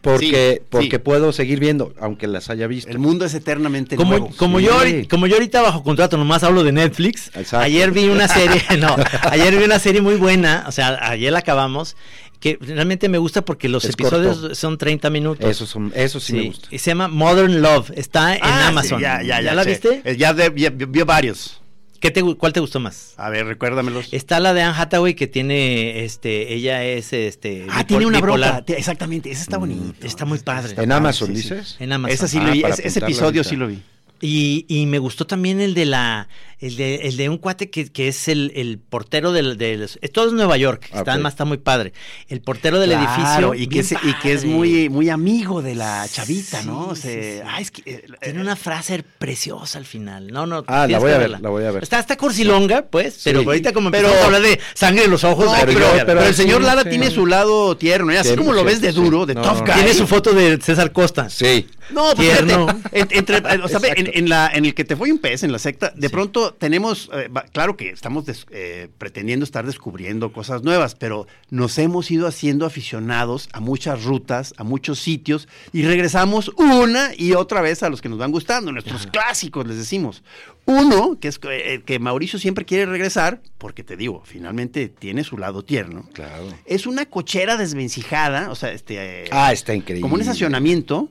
Porque,
Sí,
porque
sí.
puedo seguir viendo, aunque las haya visto.
el mundo es eternamente
Como,
nuevo.
como,
sí.
yo, ahori- como yo ahorita bajo contrato nomás hablo de Netflix,
Exacto.
ayer vi una serie, no, ayer vi una serie muy buena, o sea, ayer la acabamos, que realmente me gusta porque los
Es
episodios
corto.
son 30 minutos.
Eso, son, eso sí, me gusta.
y se llama Modern Love, está en
Ah, sí,
Amazon.
ya, ya, ya.
la
sé.
viste?
Eh, Ya, de- ya vi vi varios.
¿Qué te gu- ¿Cuál te gustó más?
A ver, recuérdamelos.
Está la de Anne Hathaway que tiene, este, ella es, este,
Eh,
Ah,
bipo- bipolar.
Ah, bronca. Exactamente, ese está bonito.
Está muy padre.
En Amazon,
sí, sí.
dices.
En Amazon.
Esa sí
Ah,
lo vi,
para
ese, ese
apuntarla
episodio
ahorita.
sí lo vi.
Y, y me gustó también el de la el de, el de un cuate que, que es el, el portero del, de los- eh, todo es Nueva York,
Ah,
está,
ok.
más está muy padre. El portero del
Claro,
edificio
y que,
bien
es, y que es
padre.
muy, muy amigo de la chavita,
Sí,
¿no? O
sí,
sea,
sí.
ah, es que, eh,
tiene
eh,
una frase preciosa al final. No, no.
Ah, la
tienes
voy
que
a ver,
verla.
la voy a ver.
Está está cursilonga, pues, pero
Sí.
ahorita como
Pero-
empezamos a hablar de sangre en los ojos,
No,
hay que
pero,
verla.
pero el
sí,
señor Lara
sí.
tiene su lado tierno, ¿eh? así
Sí,
como lo
sí,
ves de
sí.
duro, de
No,
tough
no,
guy.
no.
tiene su foto de César Costa.
Sí.
No, pues fíjate,
Tierno.
en- entre- eh, o sea, ve, en,
Exacto.
en la, en el que te fue un pez, en la secta, de pronto tenemos, eh, va- claro que estamos des- eh, pretendiendo estar descubriendo cosas nuevas, pero nos hemos ido haciendo aficionados a muchas rutas, a muchos sitios, y regresamos una y otra vez a los que nos van gustando, nuestros clásicos, les decimos. Uno, que es que- eh, que Mauricio siempre quiere regresar, porque te digo, finalmente tiene su lado tierno.
Claro.
Es una cochera desvencijada, o sea, este... eh,
Ah, está increíble.
como un estacionamiento.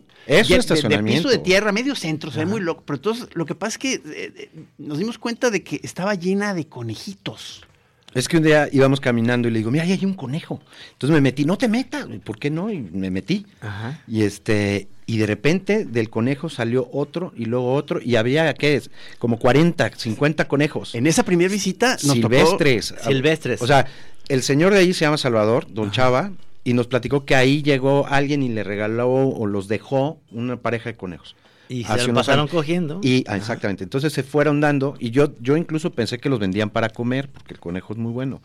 de-
Es un
de- De,
estacionamiento.
piso de tierra, medio centro, se ve muy loco. Pero entonces lo que pasa es que eh, eh, nos dimos cuenta de que estaba llena de conejitos.
Es que un día íbamos caminando y le digo, mira, ahí hay un conejo. Entonces me metí, no te metas, güey, ¿por qué no? Y me metí.
Ajá.
Y este, y de repente del conejo salió otro y luego otro, y había, ¿qué es? Como 40, 50 conejos.
En esa primera visita nos
silvestres.
tocó- Silvestres.
O sea, el señor de ahí se llama Salvador, don Chava, y nos platicó que ahí llegó alguien y le regaló o los dejó una pareja de conejos.
Y se
Hace
lo
unos
pasaron
años.
cogiendo.
Y, ah, exactamente. Entonces se fueron dando, y yo, yo incluso pensé que los vendían para comer, porque el conejo es muy bueno.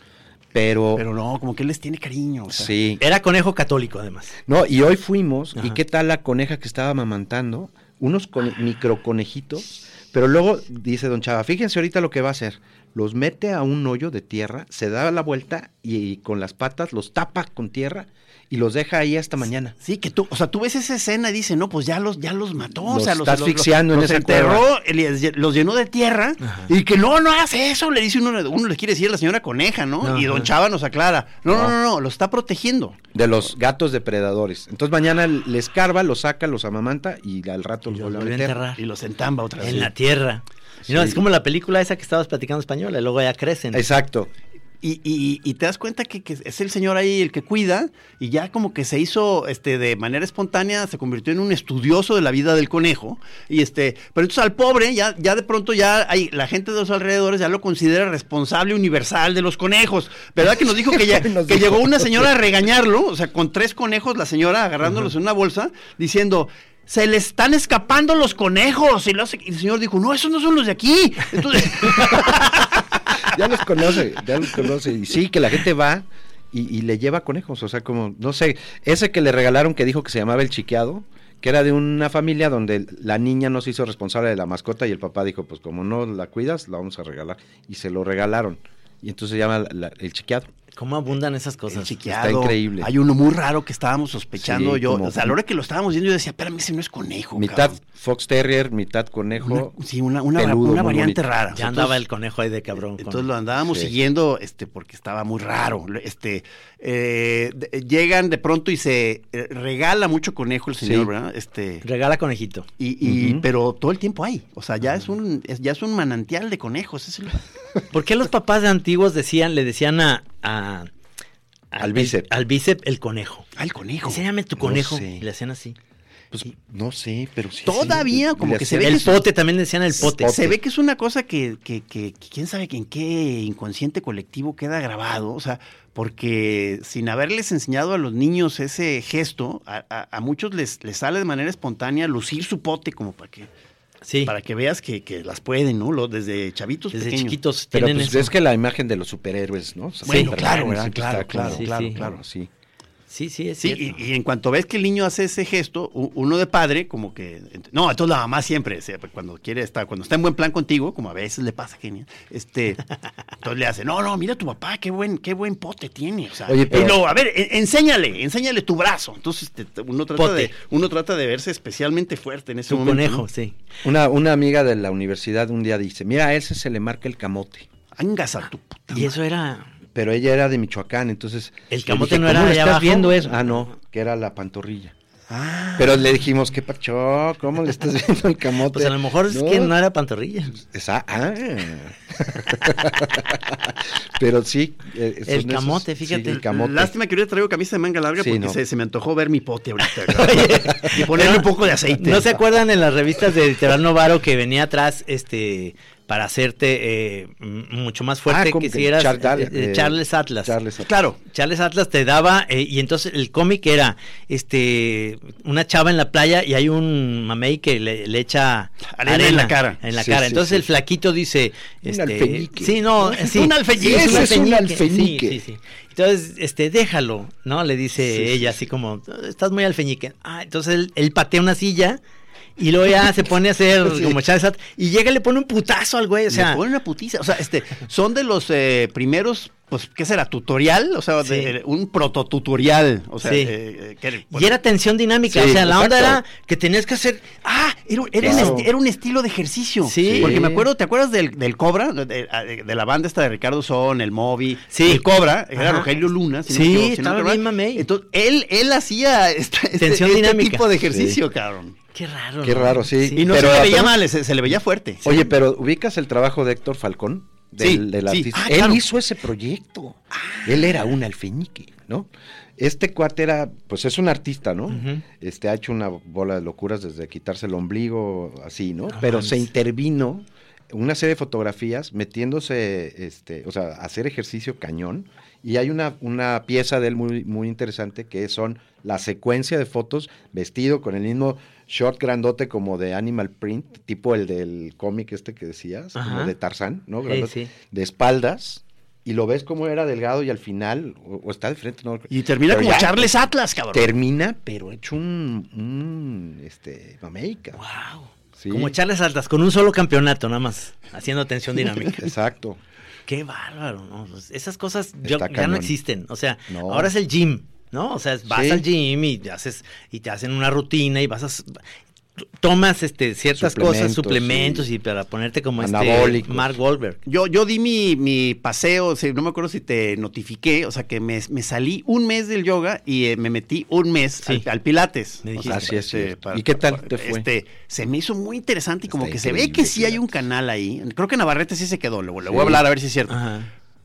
Pero,
tocó, pero no, como que él les tiene cariño. o sea.
sí.
Era conejo católico además.
No, y hoy fuimos,
Ajá.
y qué tal la coneja que estaba mamantando,
Ah.
unos micro conejitos, pero luego dice don Chava, fíjense ahorita lo que va a hacer. los mete a un hoyo de tierra, se da la vuelta y, y con las patas los tapa con tierra y los deja ahí hasta mañana.
Sí, que tú, o sea, tú ves esa escena y dices, no, pues ya los, ya los mató, o
Los
sea, los,
está
los-
asfixiando en
los
esa
enterró, les- los llenó de tierra y que no, no hagas eso, le dice uno, uno le quiere decir a la señora coneja, ¿no? Y don Chava nos aclara, no, no, no, no, lo está protegiendo.
De los gatos depredadores. Entonces mañana les carva, los saca, los amamanta y al rato
Y
los
los
vuelve a
vuelve a
meter.
enterrar.
Y los entamba
Ah,
otra vez.
En la tierra. Y No, es como la película esa que estabas platicando española, y luego ya crecen.
Exacto.
Y, y- y te das cuenta que, que es el señor ahí el que cuida y ya como que se hizo este de manera espontánea, se convirtió en un estudioso de la vida del conejo. Y este, pero entonces al pobre ya, ya de pronto ya hay, la gente de los alrededores ya lo considera responsable universal de los conejos. ¿Verdad que nos dijo que, ya,
Nos
que
dijo.
llegó una señora a regañarlo? O sea, con tres conejos, la señora agarrándolos en una bolsa, diciendo... Se le están escapando los conejos. Y, los- y el señor dijo, no, esos no son los de aquí. Entonces,
Ya los conoce, ya los conoce. Y sí, que la gente va y, y le lleva conejos. O sea, como, no sé, ese que le regalaron que dijo que se llamaba el chiqueado, que era de una familia donde la niña no se hizo responsable de la mascota y el papá dijo, pues como no la cuidas, la vamos a regalar. Y se lo regalaron. Y entonces se llama la- el chiqueado.
¿Cómo abundan esas cosas?
El chiqueado.
Está increíble.
Hay uno muy raro que estábamos sospechando
Sí,
yo.
como-
O sea, a la hora que lo estábamos viendo, yo decía, espérame, ese no es conejo.
Mitad
cabrón".
fox terrier, mitad conejo.
Una- sí, una, una,
peludo,
una
muy
variante
bonito.
rara.
Ya andaba el conejo ahí de cabrón. con-
eh, Entonces lo andábamos
Sí.
siguiendo este, porque estaba muy raro. Este, eh, de- llegan de pronto y se eh, regala mucho conejo el señor,
Sí.
¿verdad? Este,
Regala conejito.
y, y-
Ujú.
Pero todo el tiempo hay. O sea, ya es un, es- ya es un manantial de conejos. ese lugar.
¿Por qué los papás de antiguos decían, le decían a, a- a-
Al bíceps.
al bíceps el conejo?
Ah, el conejo.
Enséñame tu
No
conejo.
sé.
Y le hacían así.
Pues no sé, pero sí.
Todavía como
Le
que se
hacían-
ve
El
que-
pote, también le decían el pote.
Se ve que es una cosa que, que- que- que quién sabe que en qué inconsciente colectivo queda grabado, o sea, porque sin haberles enseñado a los niños ese gesto, a, a- a muchos les, les sale de manera espontánea lucir su pote como para que,
Sí,
para que veas que, que las pueden, ¿no? Lo- desde chavitos
desde
pequeños.
chiquitos
Pero
tienen
pues
eso.
es que la imagen de los superhéroes, ¿no? O sea,
Bueno,
Superman
claro, ¿verdad?
siempre
Claro,
pues, está
claro,
como-
Sí,
claro,
sí.
claro.
sí.
Sí, sí, es
Sí, y,
cierto.
y en cuanto ves que el niño hace ese gesto, u- uno de padre, como que. No, entonces la mamá siempre, o sea, cuando quiere estar, cuando está en buen plan contigo, como a veces le pasa, genial, este, entonces le hace, no, no, mira tu papá, qué buen, qué buen pote tiene. O sea,
Oye, pero-
y luego, a ver, en- enséñale, enséñale tu brazo. Entonces te- te- uno, trata
Pote.
de, uno trata de verse especialmente fuerte en ese
Su
momento.
conejo,
¿no?
sí.
Una, una amiga de la universidad un día dice, mira, a ese se le marca el camote.
Angas a tu puta.
Y eso era...
Pero ella era de Michoacán, entonces...
El
le
camote no
"¿Cómo
era allá
le estás
abajo?" Ah.
viendo eso? Ah, no, que era la pantorrilla. Pero le dijimos, qué pacho, ¿cómo le estás viendo el camote?
Pues a lo mejor es que no era pantorrilla.
Esa- ah. Pero sí. eh, son
El
esos-
camote,
sí,
fíjate.
el camote.
Lástima que ahorita traigo camisa de manga larga
Sí,
porque
no.
se, se me antojó ver mi pote ahorita. cabrón. y ponerle un poco de aceite.
¿No se acuerdan en las revistas de Literal Novaro que venía atrás este para hacerte eh, m- mucho más
Ah,
fuerte
como
que si
que
eras
Charles Dar-
eh, eh,
eh,
Charles Atlas?
Charles Atlas.
Claro,
Charles Atlas te daba eh, y entonces el cómic era este una chava en la playa y hay un mamey que le, le echa
Arena en la cara.
en la
Sí,
cara.
sí,
Entonces
sí.
el flaquito dice
Un
este,
alfeñique.
Sí, no, sí,
Un alfeñique,
sí,
ese es un
alfeñique, sí,
alfeñique.
sí, sí. Entonces, este, déjalo, ¿no? Le dice
Sí, sí,
ella así como, "Estás muy alfeñique." Ah, entonces él, él patea una silla y luego ya se pone a hacer
Sí.
como Charles Atlas y llega y le pone un putazo al güey, o
Le
sea,
ponen una putiza. O sea, este, son de los eh, primeros, pues, ¿qué será? ¿Tutorial? O sea,
Sí.
de- un prototutorial. O sea,
Sí.
eh, eh, que-
Y era tensión dinámica,
Sí,
o sea, la onda era
exacto.
que tenías que hacer,
Ah, era, un- era un
Claro.
esti- era un estilo de ejercicio.
Sí.
Porque me acuerdo, ¿te acuerdas del, del Cobra? De, ah, de- de la banda esta de Ricardo Son, el Moby.
Sí.
El Cobra, era
Ajá.
Rogelio Luna. Si no
Sí,
me equivoco, si no
estaba
me acuerdo.
bien mamey.
Entonces, él, él hacía esta- este,
Tensión
este
dinámica.
tipo de ejercicio, cabrón.
qué raro.
Qué
¿no?
raro, sí.
Y no
Pero
se le
a
veía
todos-
mal, se, se le veía fuerte.
Oye, pero ubicas el trabajo de Héctor Falcón, del,
Sí,
del
sí.
artista.
Ah,
Él
claro. Ah.
hizo ese proyecto. Él era un alfeñique, ¿no? Este cuate era, pues es un artista, ¿no?
Ujú.
Este ha hecho una bola de locuras desde quitarse el ombligo, así, ¿no?
Ah,
No
pero
mames.
se intervino una serie de fotografías metiéndose, este, o sea, hacer ejercicio cañón. Y hay una, una pieza de él muy, muy interesante que son la secuencia de fotos vestido con el mismo short grandote como de Animal Print, tipo el del cómic este que decías,
Ajá.
como de Tarzán, ¿no?
Sí,
Grandote,
sí.
De espaldas. Y lo ves como era delgado y al final, o, o está de frente, no.
Y termina
Pero
como
ya,
Charles Atlas, cabrón.
Termina, pero hecho un, un este, mameica.
Wow.
Sí.
Como Charles Altas, con un solo campeonato nada más, haciendo tensión dinámica.
Exacto.
Qué bárbaro, ¿no? Pues, Esas cosas yo-
Está
ya no
cañón.
existen. O sea,
No.
ahora es el gym, ¿no? O sea, es- vas
Sí.
al gym y te haces, y te hacen una rutina y vas a s- t- tomas este ciertas cosas,
Suplementos,
suplementos
sí.
y para ponerte como este
Anabólicos.
Mark Wahlberg.
Yo, yo di mi, mi paseo, o sea, no me acuerdo si te notifiqué, o sea, que me, me salí un mes del yoga y eh, me metí un mes
Sí.
al, al pilates.
Me
O
dijiste.
Así es cierto. ¿Y qué tal te fue?
Este, se me hizo muy interesante y como
Está
que se ve
increíble
que
el
sí hay un
Pilates.
canal ahí. Creo que Navarrete sí se quedó, le, le voy
Sí.
a hablar a ver si es cierto.
Ajá.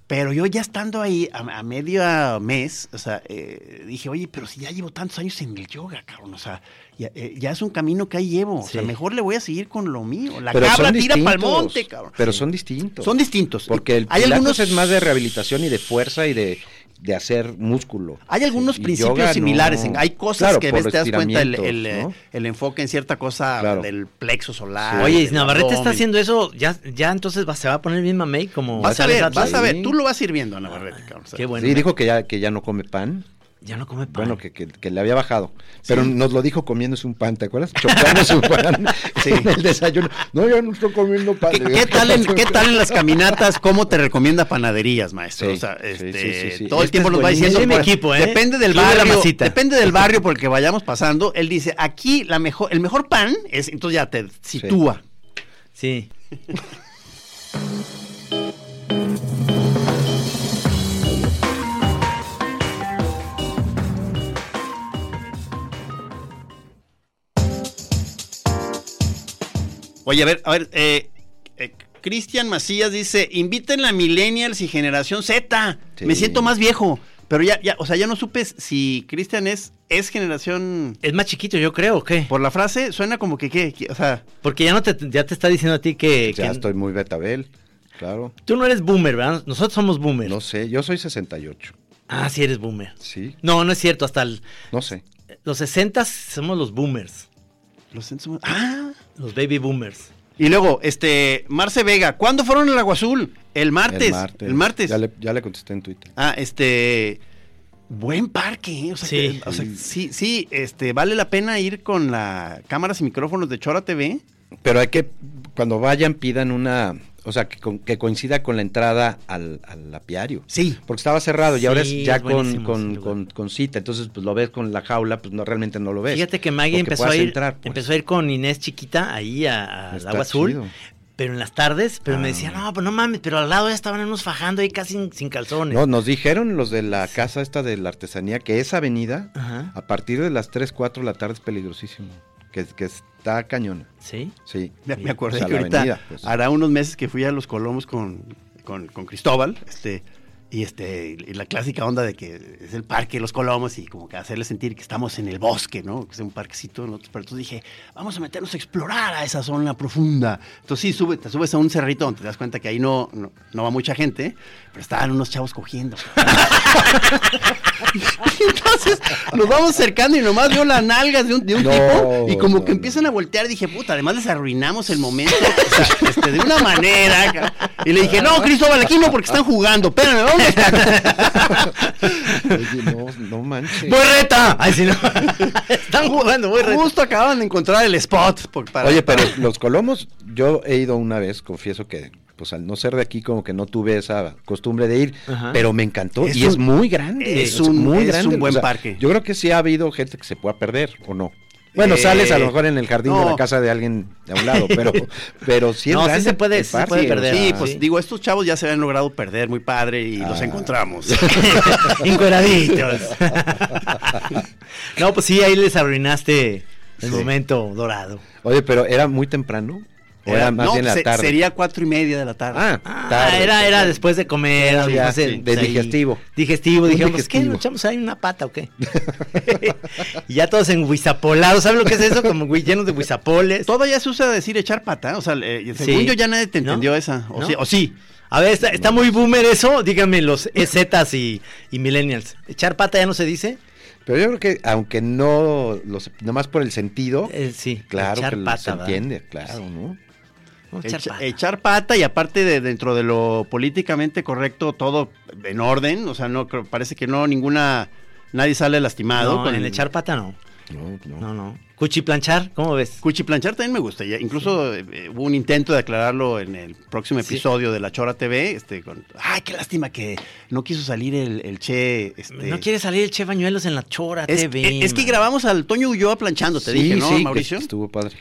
Pero yo ya estando ahí a, a medio mes, o sea, eh, dije, oye, pero si ya llevo tantos años en el yoga, cabrón, o sea, ya, eh, ya es un camino que ahí llevo, o sea,
Sí.
mejor le voy a seguir con lo mío. La
Pero
cabra
son
tira pa'l
distintos,
monte, cabrón.
Pero son distintos.
Son distintos.
Porque el
hay
Pilates
algunos
es más de rehabilitación y de fuerza y de, de hacer músculo.
Hay algunos
Y
principios
yoga,
similares.
no.
en- Hay cosas
Claro,
que
por
ves, te das cuenta el, el,
estiramientos,
eh,
¿no?
el enfoque en cierta cosa
Claro.
del plexo solar.
Oye, y
Ah,
del
Navarrete está
abdomen.
haciendo eso, ya, ya entonces va- se va a poner bien mamey como
Vas a
Charles
ver,
Atlas.
vas a ver.
Sí.
Tú lo vas a ir viendo a Navarrete, cabrón. o sea.
Qué bueno.
Sí, dijo que ya, que ya no come pan.
Ya no come pan.
Bueno, que, que- que le había bajado. Pero nos lo dijo comiéndose un pan, ¿te acuerdas? Chocándose un pan en el desayuno. No, yo no estoy comiendo pan.
¿Qué, qué tal en, qué tal en las caminatas? ¿Cómo te recomienda panaderías, maestro?
Sí,
o sea,
sí,
este,
sí, sí, sí.
todo el
Este
tiempo
es
nos va
buenísimo.
diciendo.
Es de mi
por-
equipo, ¿eh?
Depende del
Club de la
barrio.
Masita.
Depende del barrio por el que vayamos pasando. Él dice, aquí la mejor, el mejor pan es, entonces ya te sitúa.
Sí.
Oye, a ver, a ver, eh, eh, Cristian Macías dice, invítenla a millennials y generación Z.
Sí.
Me siento más viejo. Pero ya, ya, o sea, ya no supe si Cristian es, es generación...
Es más chiquito, yo creo, ¿o qué?
Por la frase suena como que, ¿qué? ¿Qué? O sea,
Porque ya no te, ya te está diciendo a ti que,
Ya
que-
estoy muy betabel, claro.
tú no eres boomer, ¿verdad? Nosotros somos boomer.
No sé, yo soy 68.
Ah, sí eres boomer.
Sí,
No, no es cierto, hasta el-
no sé.
los 60 somos los boomers,
los sentimos- Ah.
los baby boomers.
Y luego, este, Marce Vega, ¿cuándo fueron al Agua Azul? El martes. El martes.
Ya le, ya le contesté en Twitter.
Ah, este. Buen parque, ¿eh? o sea,
Sí.
que- o sea, sí, sí, este, vale la pena ir con las cámaras y micrófonos de Chora TV.
Pero hay que, cuando vayan, pidan una, o sea, que, con- que coincida con la entrada al, al apiario.
Sí.
Porque estaba cerrado y ahora es
Sí,
ya
es
con,
buenísimo
con,
ese lugar.
con- con cita. Entonces, pues lo ves con la jaula, pues no realmente no lo ves.
Fíjate que Maggie
Lo
empezó a
puedas
ir,
entrar, pues.
empezó a ir con Inés chiquita ahí a- al
Está
agua azul.
chido.
Pero en las tardes, pero me
Ah.
decía, no, pues no mames, pero al lado ya estaban unos fajando ahí casi sin, sin calzones.
No, nos dijeron los de la casa esta de la artesanía que esa avenida,
Ajá.
a partir de las 3, 4 de la tarde es peligrosísimo. Que, que está cañona.
Sí.
Sí.
Me, me acordé
O sea,
que
la
ahorita
avenida, pues.
hará unos meses que fui a los Colomos con, con, con Cristóbal, este, y este, y la clásica onda de que es el parque de los Colomos y como que hacerle sentir que estamos en el bosque, ¿no? Que es un parquecito, ¿no? Pero entonces dije, vamos a meternos a explorar a esa zona profunda. Entonces sí, sube, te subes a un cerrito donde te das cuenta que ahí no, no, no va mucha gente, pero estaban unos chavos cogiendo. Entonces nos vamos acercando y nomás veo las nalgas de un, de un
No,
tipo y como
no,
que
no.
empiezan a voltear. Dije, puta, además les arruinamos el momento o sea, este, de una manera. ca- Y le dije, no, Cristóbal, aquí no porque están jugando. Espérame, vamos.
Oye, no, no manches.
reta! Ay, si no. Están jugando, voy reta.
Justo acaban de encontrar el spot. por- para-
Oye, pero los colomos, yo he ido una vez, confieso que, pues al no ser de aquí, como que no tuve esa costumbre de ir,
Ajá.
pero me encantó
Es
y
un-
es muy grande.
es un- es un buen parque.
Yo creo que sí ha habido gente que se pueda perder o no. Bueno,
Eh,
sales a lo mejor en el jardín de
no.
la casa de alguien de a un lado, pero, pero sí es
No, sí
grande
se puede-
el
sí se puede
parque, o
perder.
Sí,
sea,
pues
sí.
digo, estos chavos ya se habían logrado perder, muy padre, y los
Ah.
encontramos.
Encueraditos. no, pues sí, ahí les arruinaste el
Sí.
momento dorado.
Oye, pero era muy temprano. O era, más
no,
bien en la
se-
tarde.
sería cuatro y media de la tarde.
Ah,
Ah,
tarde,
era, era
perdón.
después de comer, a lo
Ya,
mejor se-
sí, de
pues, ahí-
digestivo.
Digestivo,
Un
dijimos, pues, ¿qué?
digestivo.
¿Nos echamos ahí una pata o qué? y ya todos en huizapolados, ¿saben lo que es eso? Como güey, llenos de huizapoles.
Todavía se usa decir echar pata, o sea, eh, según yo ya nadie te
¿No?
entendió esa, o,
¿No?
sí, o sí.
A ver, está, está muy boomer eso, díganme los EZs y, y millennials. ¿Echar pata ya no se dice?
Pero yo creo que, aunque no, los, nomás por el sentido,
Eh, sí,
claro
echar
que lo
pata,
se
¿verdad?
entiende, claro, ¿no?
Vamos a
Echa-
Echar
Echar
pata.
pata. y aparte de dentro de lo políticamente correcto, todo en orden, o sea, no creo- parece que no ninguna nadie sale lastimado
No,
con
en echar pata no.
No, no.
No, no. Cuchiplanchar, ¿cómo ves?
Cuchiplanchar también me gusta. ya Incluso eh, hubo un intento de aclararlo en el próximo
Sí.
episodio de La Chora TV. Este, con, Ay, qué lástima que no quiso salir el, el Che. este,
No quiere salir el Che Bañuelos en la Chora
es,
TV.
es- es que
man.
grabamos al Toño Ulloa planchando, te
Sí,
dije, ¿no,
sí, que
Mauricio?
Estuvo padre.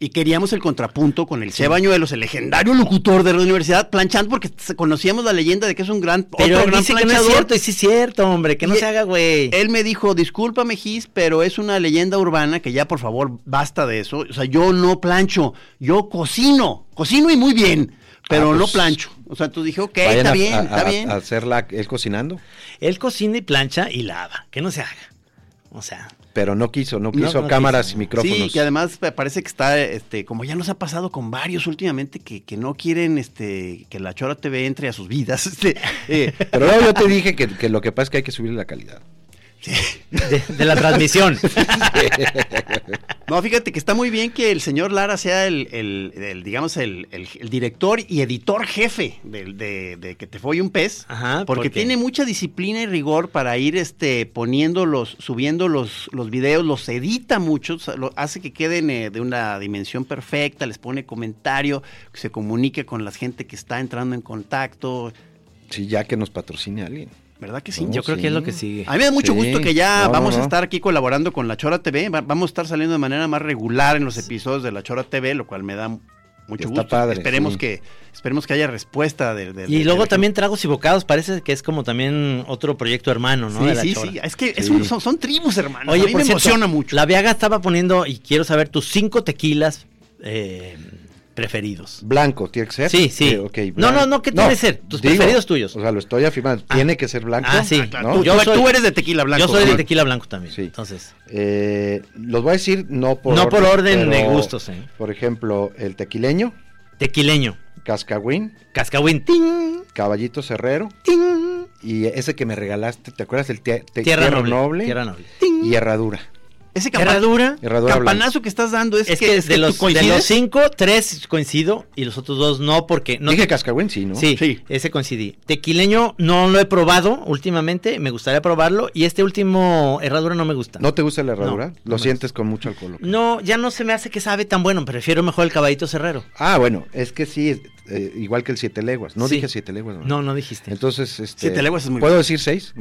Y queríamos el contrapunto con el Che Bañuelos, el legendario locutor de la universidad, planchando porque se- conocíamos la leyenda de que es un gran,
Pero
otro
él
gran
dice que no es
planchador.
cierto, y sí es cierto, hombre, que no
Y- eh,
se haga, güey.
Él me dijo, discúlpame Gis, pero es una leyenda urbana que ya por favor basta de eso. O sea, yo no plancho, yo cocino, cocino y muy bien, pero
Ah,
no
pues,
plancho. O sea, tú dije, ok,
Vayan
está
a-
bien,
a-
está
a-
bien.
a hacerla él cocinando.
Él cocina y plancha y lava, que no se haga. O sea,
Pero no quiso, no
No,
quiso
no
cámaras
quiso.
y micrófonos.
Sí, que además me parece que está, este, como ya nos ha pasado con varios últimamente, que, que no quieren este, que la Chora TV entre a sus vidas. Este, eh,
Pero luego yo te dije que, que lo que pasa es que hay que subir la calidad.
de, de la transmisión.
No, fíjate que está muy bien que el señor Lara sea el, el- el, digamos, el, el- el director y editor jefe del- de, de que te fue un pez.
Ajá, ¿por
porque
qué?
tiene mucha disciplina y rigor para ir este, poniendo los, subiendo los, los videos, los edita mucho, o sea, lo- hace que queden eh, de una dimensión perfecta, les pone comentario, que se comunique con la gente que está entrando en contacto.
Sí, ya que nos patrocine alguien.
¿Verdad que sí?
No,
Yo creo
sí.
que es lo que sigue.
A mí me da mucho
Sí.
gusto que ya
No, no,
vamos a
no.
estar aquí colaborando con La Chora TV. Va- Vamos a estar saliendo de manera más regular en los episodios de La Chora TV, lo cual me da mucho
Está
gusto.
padre,
esperemos,
sí.
que, esperemos que haya respuesta del. del-
Y
del-
luego
del-
también Tragos y Bocados, parece que es como también otro proyecto hermano, ¿no?
Sí,
De la
sí,
Chora.
sí. Es que es
Sí.
un- son, son tribus, hermano.
Oye,
a mí
por
me
cierto,
emociona mucho.
La Viaga estaba poniendo, y quiero saber, tus cinco tequilas eh, preferidos.
Blanco, ¿tiene que ser?
Sí, sí.
Eh, ok,
No,
blanco.
no, no, ¿qué tiene que ser? Tus preferidos tuyos.
O sea, lo estoy afirmando. Tiene que ser blanco.
Ah, sí.
Claro,
¿no?
tú,
Yo
tú-
soy-
tú eres de tequila blanco.
Yo soy de
¿no?
tequila blanco también.
Sí.
Entonces,
Eh, los voy a decir no por
No por orden de
pero,
gustos, eh.
Por ejemplo, el tequileño,
tequileño,
cascagüín,
cascahuín, ting,
caballito cerrero
ting,
y ese que me regalaste, ¿te acuerdas? El tie- te-
tierra, noble, Tierra noble. ting.
y herradura.
Ese campa-
Herradura.
Herradura
campanazo que estás dando es,
Es
que,
que,
es que
de,
tú
los, de
coincides.
los cinco, tres coincido y los otros dos no, porque no.
Dije cascagüín, sí, ¿no?
Sí,
Sí.
ese coincidí. Tequileño no lo he probado últimamente, me gustaría probarlo. Y este último, herradura, no me gusta.
¿No te gusta la herradura?
No, no
lo
me
sientes con mucho alcohol. ¿ok?
No, ya no se me hace que sabe tan bueno, prefiero mejor el caballito cerrero.
Ah, bueno, es que sí, es, eh, igual que el siete leguas. No
Sí.
dije siete leguas.
Mm.
No, no dijiste.
Entonces, este,
Siete leguas es muy
¿Puedo
bueno.
decir seis?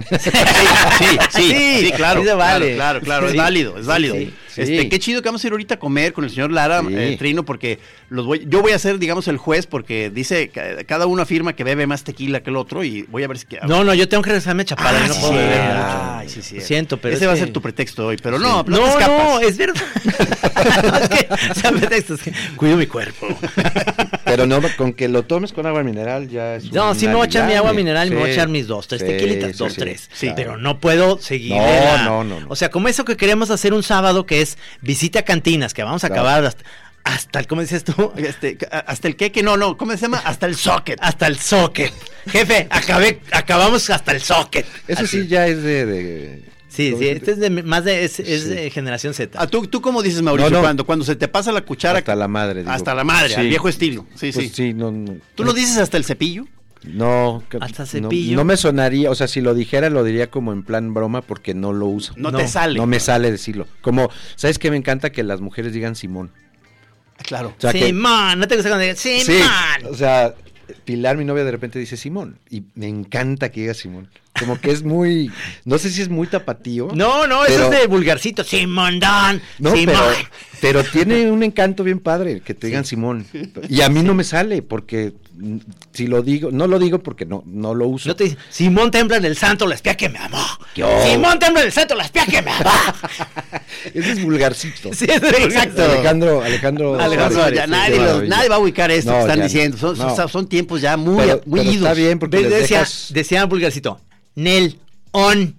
sí, sí, sí, claro,
sí se vale.
claro, claro, claro,
Sí.
es válido, es válido.
Sí,
sí.
Este, qué chido que vamos a ir ahorita a comer con el señor Lara
Sí.
eh, Trino porque los voy, yo voy a ser, digamos, el juez porque dice que cada uno afirma que bebe más tequila que el otro y voy a ver si que
no, no, yo tengo que regresarme a Chapada, yo
Ah,
no
sí,
puedo
sí,
beber
ay,
mucho.
sí, sí.
Lo siento, pero
ese
es
va a
que-
ser tu pretexto hoy, pero no, no, te
No,
escapas.
no, es verdad. No, es que, o sea, pretexto, es que cuido mi cuerpo.
Pero no, con que lo tomes con agua mineral ya es
No,
un
sí me voy a echar mi agua
alivio.
mineral y me voy a
Sí.
echar mis dos, tres
Sí,
tequilitas,
sí,
dos,
sí.
tres.
Sí.
Pero no puedo seguir.
No,
la-
no, no, no.
O sea, como eso que queremos hacer un sábado, que es visita a cantinas, que vamos a
Claro.
acabar hasta, hasta el, ¿cómo dices tú?
Este, a- hasta el queque, no, no, ¿cómo se llama? Hasta el socket.
Hasta el socket. Jefe, acabé, acabamos hasta el socket.
Eso
Así.
sí ya es de... de-
Sí, sí, este es de más de, es, es
Sí.
de generación Z.
Ah, ¿tú, ¿Tú cómo dices, Mauricio?
No, no.
Cuando, cuando se te pasa la cuchara.
Hasta la madre, digo.
Hasta la madre, al
Sí.
viejo estilo. Sí,
pues
sí.
sí, no, no.
¿Tú lo dices hasta el cepillo?
No, que-
Hasta
no-
cepillo.
No, me sonaría, o sea, si lo dijera lo diría como en plan broma porque no lo uso.
No,
No,
te sale.
No me sale decirlo. Como, ¿sabes qué me encanta que las mujeres digan Simón?
Claro.
O sea, que-
Simón, no te gusta cuando digas Simón.
Sí, o sea, Pilar, mi novia, de repente dice Simón. Y me encanta que diga Simón. Como que es muy. No sé si es muy tapatío.
No, no, eso
pero-
es de vulgarcito. Simón Don.
No,
Simón.
pero, pero tiene un encanto bien padre que te digan Simón. Y a mí no me sale porque mm, si lo digo, no lo digo porque no, no lo uso.
No te dice, Simón Tembla en el Santo, la espía que me amó.
Yo.
Simón Tembla en el Santo, la espía que me amó.
Ese es vulgarcito.
Sí, es vulgar.
Exacto. Alejandro, Alejandro.
Alejandro,
Suárez,
ya
sí,
nadie,
qué
los-
maravilla.
nadie va a ubicar esto
No,
que están
ya no.
diciendo. Son, son-
No.
son tiempos ya muy,
Pero-
muy
pero
idos.
está bien porque
Ve-
les
decía,
dejas-
decía vulgarcito, Nel, on.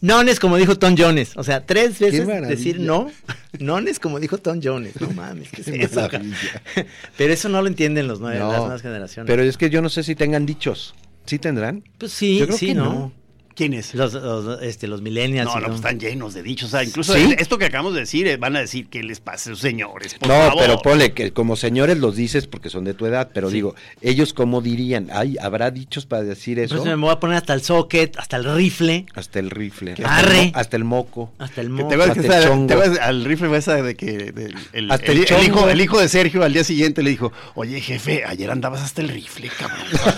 Nones como dijo Tom Jones. O sea, tres veces
maravilla.
decir no. Nones como dijo Tom Jones. No mames, ¿qué es
Qué
eso?
maravilla.
Pero eso no lo entienden los nueve,
No,
las nuevas generaciones.
Pero es que yo no sé si tengan dichos. ¿Sí tendrán?
pues sí,
yo creo
sí,
que
¿no?
no.
¿Quién es?
Los, los, este, los millennials.
No,
y
no,
todo.
pues están llenos de dichos. O sea, incluso
¿Sí?
esto que acabamos de decir, eh, van a decir que les pase, señores. Por
no,
favor.
pero ponle que como señores los dices porque son de tu edad, pero
Sí.
digo, ellos cómo dirían, ay, habrá dichos para decir eso.
Por eso me voy a poner hasta el socket, hasta el rifle,
Hasta el rifle,
¿Qué?
hasta el mo-
Arre.
hasta el moco.
hasta el
Que
moco.
te acuerdas que
Hasta el
esa-
chongo.
te acuerdas al rifle fue esa de que del- el,
Hasta el
el- el
chongo.
hijo, el hijo de Sergio al día siguiente le dijo, oye jefe, ayer andabas hasta el rifle, cabrón.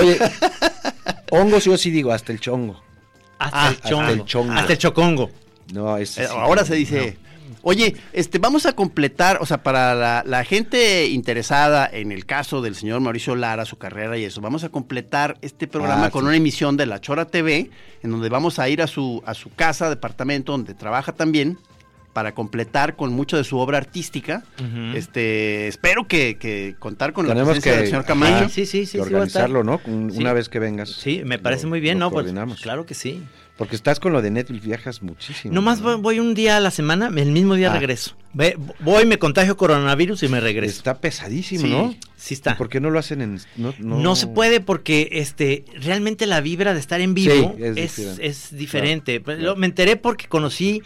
Oye, hongos yo sí digo, hasta el chongo.
Hasta,
Ah,
el chongo,
hasta el chongo. Pues
Hasta el chocongo.
No, es
Eh, Ahora se dice, oye, este, vamos a completar, o sea, para la, la gente interesada en el caso del señor Mauricio Lara, su carrera y eso, vamos a completar este programa
Ah,
con
sí.
una emisión de La Chora TV, en donde vamos a ir a su, a su casa, departamento, donde trabaja también, para completar con mucho de su obra artística.
Ujú.
Este, espero que, que contar con la
Tenemos
presencia
que-
del señor Camacho.
Ajá.
Sí, sí, sí.
que
sí, va a estar.
organizarlo, ¿no? Un-
Sí.
Una vez que vengas.
Sí, me parece
lo-
muy bien,
lo
¿no? Pues,
coordinamos.
claro que sí.
Porque estás con lo de Netflix, viajas muchísimo.
Nomás voy, voy un día a la semana, el mismo día
Ah.
regreso. Ve- Voy, me contagio coronavirus y me regreso.
Está pesadísimo,
Sí.
¿no?
Sí está.
¿Por qué no lo hacen en.? No, no-
No se puede porque este realmente la vibra de estar en vivo
Sí,
es,
es diferente.
es diferente.
Claro,
Lo-
claro.
Me enteré porque conocí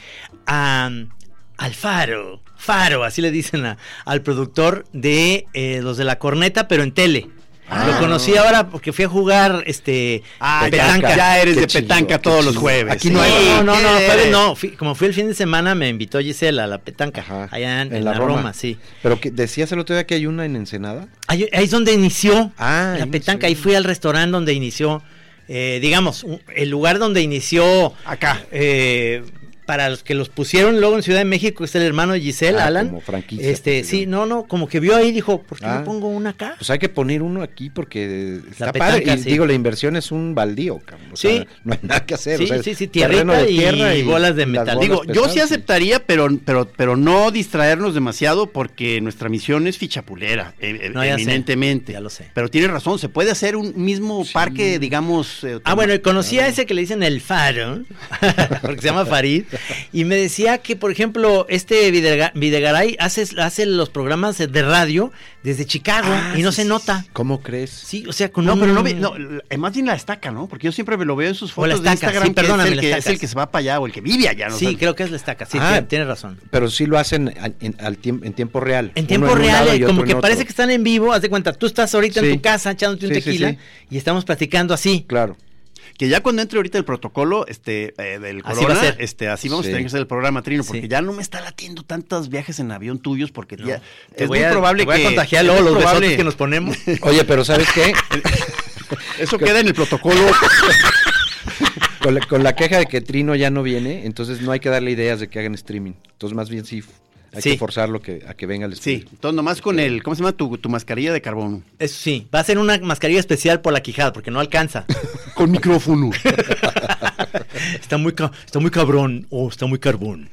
a, um, al Faro. Faro, así le dicen a- al productor de eh, los de la corneta, pero en tele.
Ah.
Lo conocí ahora porque fui a jugar este
Ah,
petanca.
ya, ya eres
Qué
de
chido,
petanca
qué
todos los
chido.
jueves.
Aquí
No,
Sí,
no, no, no,
¿qué
jueves
eres?
no. Fui- como fui el fin de semana, me invitó Gisela a la petanca.
Ajá.
Allá en, en la Roma, sí.
Pero que decías el otro día que hay una en Ensenada.
Ahí, ahí es donde inició
Ah, ahí
la
no
petanca.
sé.
Ahí fui al restaurante donde inició, eh, digamos, un- el lugar donde inició.
Acá.
eh, para los que los pusieron luego en Ciudad de México, que es el hermano de Giselle,
Ah,
Alan.
como franquicia,
este,
pues,
sí,
digamos.
no, no, como que vio ahí y dijo, ¿por qué
Ah.
no pongo una acá?
Pues hay que poner uno aquí porque está
petanca,
padre. Y
sí.
digo, la inversión es un baldío, cabrón. O
Sí.
sea, no hay nada que hacer.
Sí,
o sea,
sí, sí,
terreno de
tierrita y
tierra
bolas de
las
metal.
bolas
Digo, yo
pesadas,
sí aceptaría, pero, pero, pero no distraernos demasiado porque nuestra misión es fichapulera, eh, eh,
No, ya sé,
eminentemente.
ya lo sé.
Pero tienes razón, se puede hacer un mismo parque, digamos. eh,
Ah,
tem-
bueno, y conocí a ese que le dicen el faro, porque se llama Farid, y me decía que, por ejemplo, este Videga- Videgaray hace, hace los programas de radio desde Chicago
Ah,
y no
sí,
se
sí,
nota.
¿Cómo crees?
Sí, o sea, con
No,
un-
pero no, vi- no, la- eh, más bien la estaca, ¿no? Porque yo siempre me lo veo en sus
O la
fotos de
estaca,
Instagram,
sí,
que es
perdóname,
el
la
que, es
estaca.
el que se va para allá o el que vive allá. ¿no? O
Sí,
sea,
creo que es la estaca, sí,
Ah.
tiene- tiene razón.
Pero sí lo hacen en, en- al tiemp- en tiempo real.
En
Uno
tiempo
un
real,
lado y
eh,
otro
como
en
que
otro.
parece que están en vivo, haz de cuenta, tú estás ahorita
Sí.
en tu casa echándote un
Sí, sí,
tequila
sí.
y estamos platicando así.
Claro.
Que ya cuando entre ahorita el protocolo este, eh, del
Así
corona,
va a ser.
Este, así vamos
Sí.
a tener que hacer el programa, Trino, porque
Sí.
ya no me está latiendo tantos viajes en avión tuyos, porque ya
Te
es
voy
muy
a-
probable
te voy
que...
a contagiar
es
luego
muy
los besotes
probable-
que nos ponemos.
Oye, pero ¿sabes qué?
Eso queda en el protocolo.
Con la, con la queja de que Trino ya no viene, entonces no hay que darle ideas de que hagan streaming. Entonces, más bien sí, hay
Sí.
que forzarlo que, a que venga el
Sí,
streaming.
entonces nomás con el, ¿cómo se llama tu, tu mascarilla de carbón?
Eso sí, va a ser una mascarilla especial por la quijada, porque no alcanza.
Con micrófono.
Está muy, ca- está muy cabrón o está muy carbón.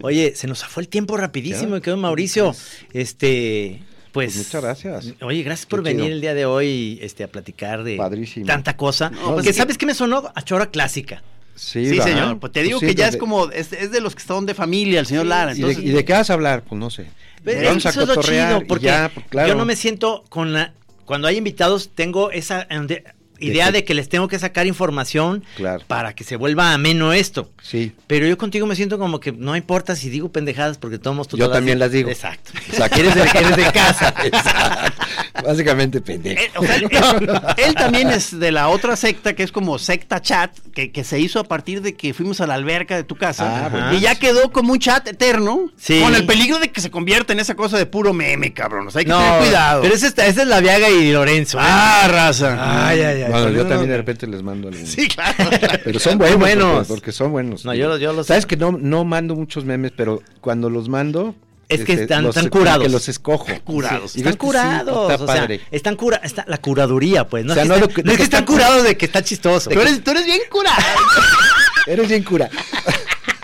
Oye, se nos fue el tiempo rapidísimo,
Ya.
me quedó Mauricio. Este, pues,
Pues muchas gracias.
Oye, gracias por
Qué
venir
chido.
el día de hoy este, a platicar de
Padrísimo.
tanta cosa.
No, pues
que
es que-
sabes que me sonó a chora clásica.
Sí,
Sí,
¿verdad?
señor. Pues te digo
Pues
que
sí,
ya
de-
es como, es, es de los que son de familia, el señor Lara.
¿Y de,
Entonces,
y de qué vas a hablar? Pues no sé.
Pero
Vamos a
eso es lo
cotorrear
chido,
y
porque
ya, pues, claro.
yo no me siento con la... Cuando hay invitados, tengo esa ande- idea
que-
de que les tengo que sacar información
Claro.
para que se vuelva ameno esto.
Sí.
Pero yo contigo me siento como que no importa si digo pendejadas porque tomamos tú
Yo
todas
también las digo.
Exacto.
Exacto.
Eres de, eres de casa.
Exacto. Básicamente pendejo.
Eh,
él, eh, o sea, él- él también es de la otra secta que es como secta chat, que, que se hizo a partir de que fuimos a la alberca de tu casa.
Ah,
bueno.
y ya quedó como un chat eterno,
Sí.
con el peligro de que se convierta en esa cosa de puro meme, cabrón. O sea, hay que
No,
tener cuidado.
Pero esa, está- esa es la Viaga y Lorenzo. ¿eh?
Ah, raza.
Ay, ay, ay.
Bueno, yo
No,
también
no,
de repente les mando algunos.
Sí, claro. claro.
Pero son
Muy
buenos.
buenos.
Porque, porque son buenos.
No, yo los- yo los-
Sabes que no, no mando muchos memes, pero cuando los mando. este,
Es que están-
los-
están
como
curados.
Que los escojo.
curados.
Digo,
Están
este sí,
curados,
está
o sea, eh,
padre.
están cura, está la curaduría, pues. No,
O sea,
es,
no
que
lo
están,
que-
no es que están curados de que está chistoso.
Tú eres, tú eres bien curado.
Eres bien cura.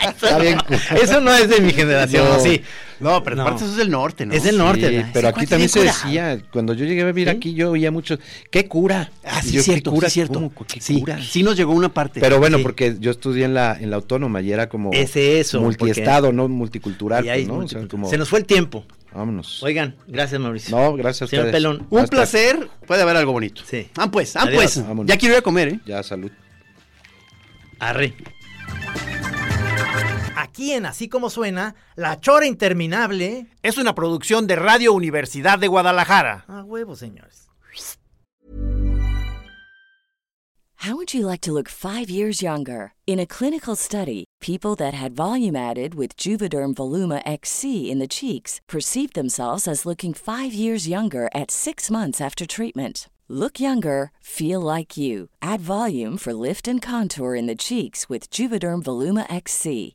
está bien cura.
Eso no es de mi generación,
No.
sí.
No, pero
No.
aparte eso es del norte, ¿no?
Es del norte.
Sí,
¿verdad? Ese
pero aquí
cuate
también
bien
se
curado.
decía, cuando yo llegué a vivir
¿Sí?
aquí, yo oía muchos, ¿qué cura?
Ah,
Y
sí,
yo, ¿qué
cierto,
cura?
sí, cierto.
¿Cómo? ¿Qué
sí,
cura?
sí nos llegó una parte.
Pero bueno,
Sí.
porque yo estudié en la, en la autónoma y era como
Es eso,
multiestado, no multicultural.
Y ahí
pues, ¿no? O sea,
multitud.
como-
Se nos fue el tiempo.
Vámonos.
Oigan, gracias, Mauricio.
No, gracias a
Señor
ustedes.
Pelón.
Un
Hasta-
placer. Puede haber algo bonito.
Sí.
Ah, pues, ah,
Adiós.
pues.
Vámonos.
Ya quiero ir a comer, ¿eh?
Ya, salud.
Arre.
Aquí en Así Como Suena, La Chora Interminable.
Es una producción de Radio Universidad de Guadalajara.
A huevo, señores.
How would you like to look five years younger? In a clinical study, people that had volume added with Juvederm Voluma XC in the cheeks perceived themselves as looking five years younger at six months after treatment. Look younger, feel like you. Add volume for lift and contour in the cheeks with Juvederm Voluma XC.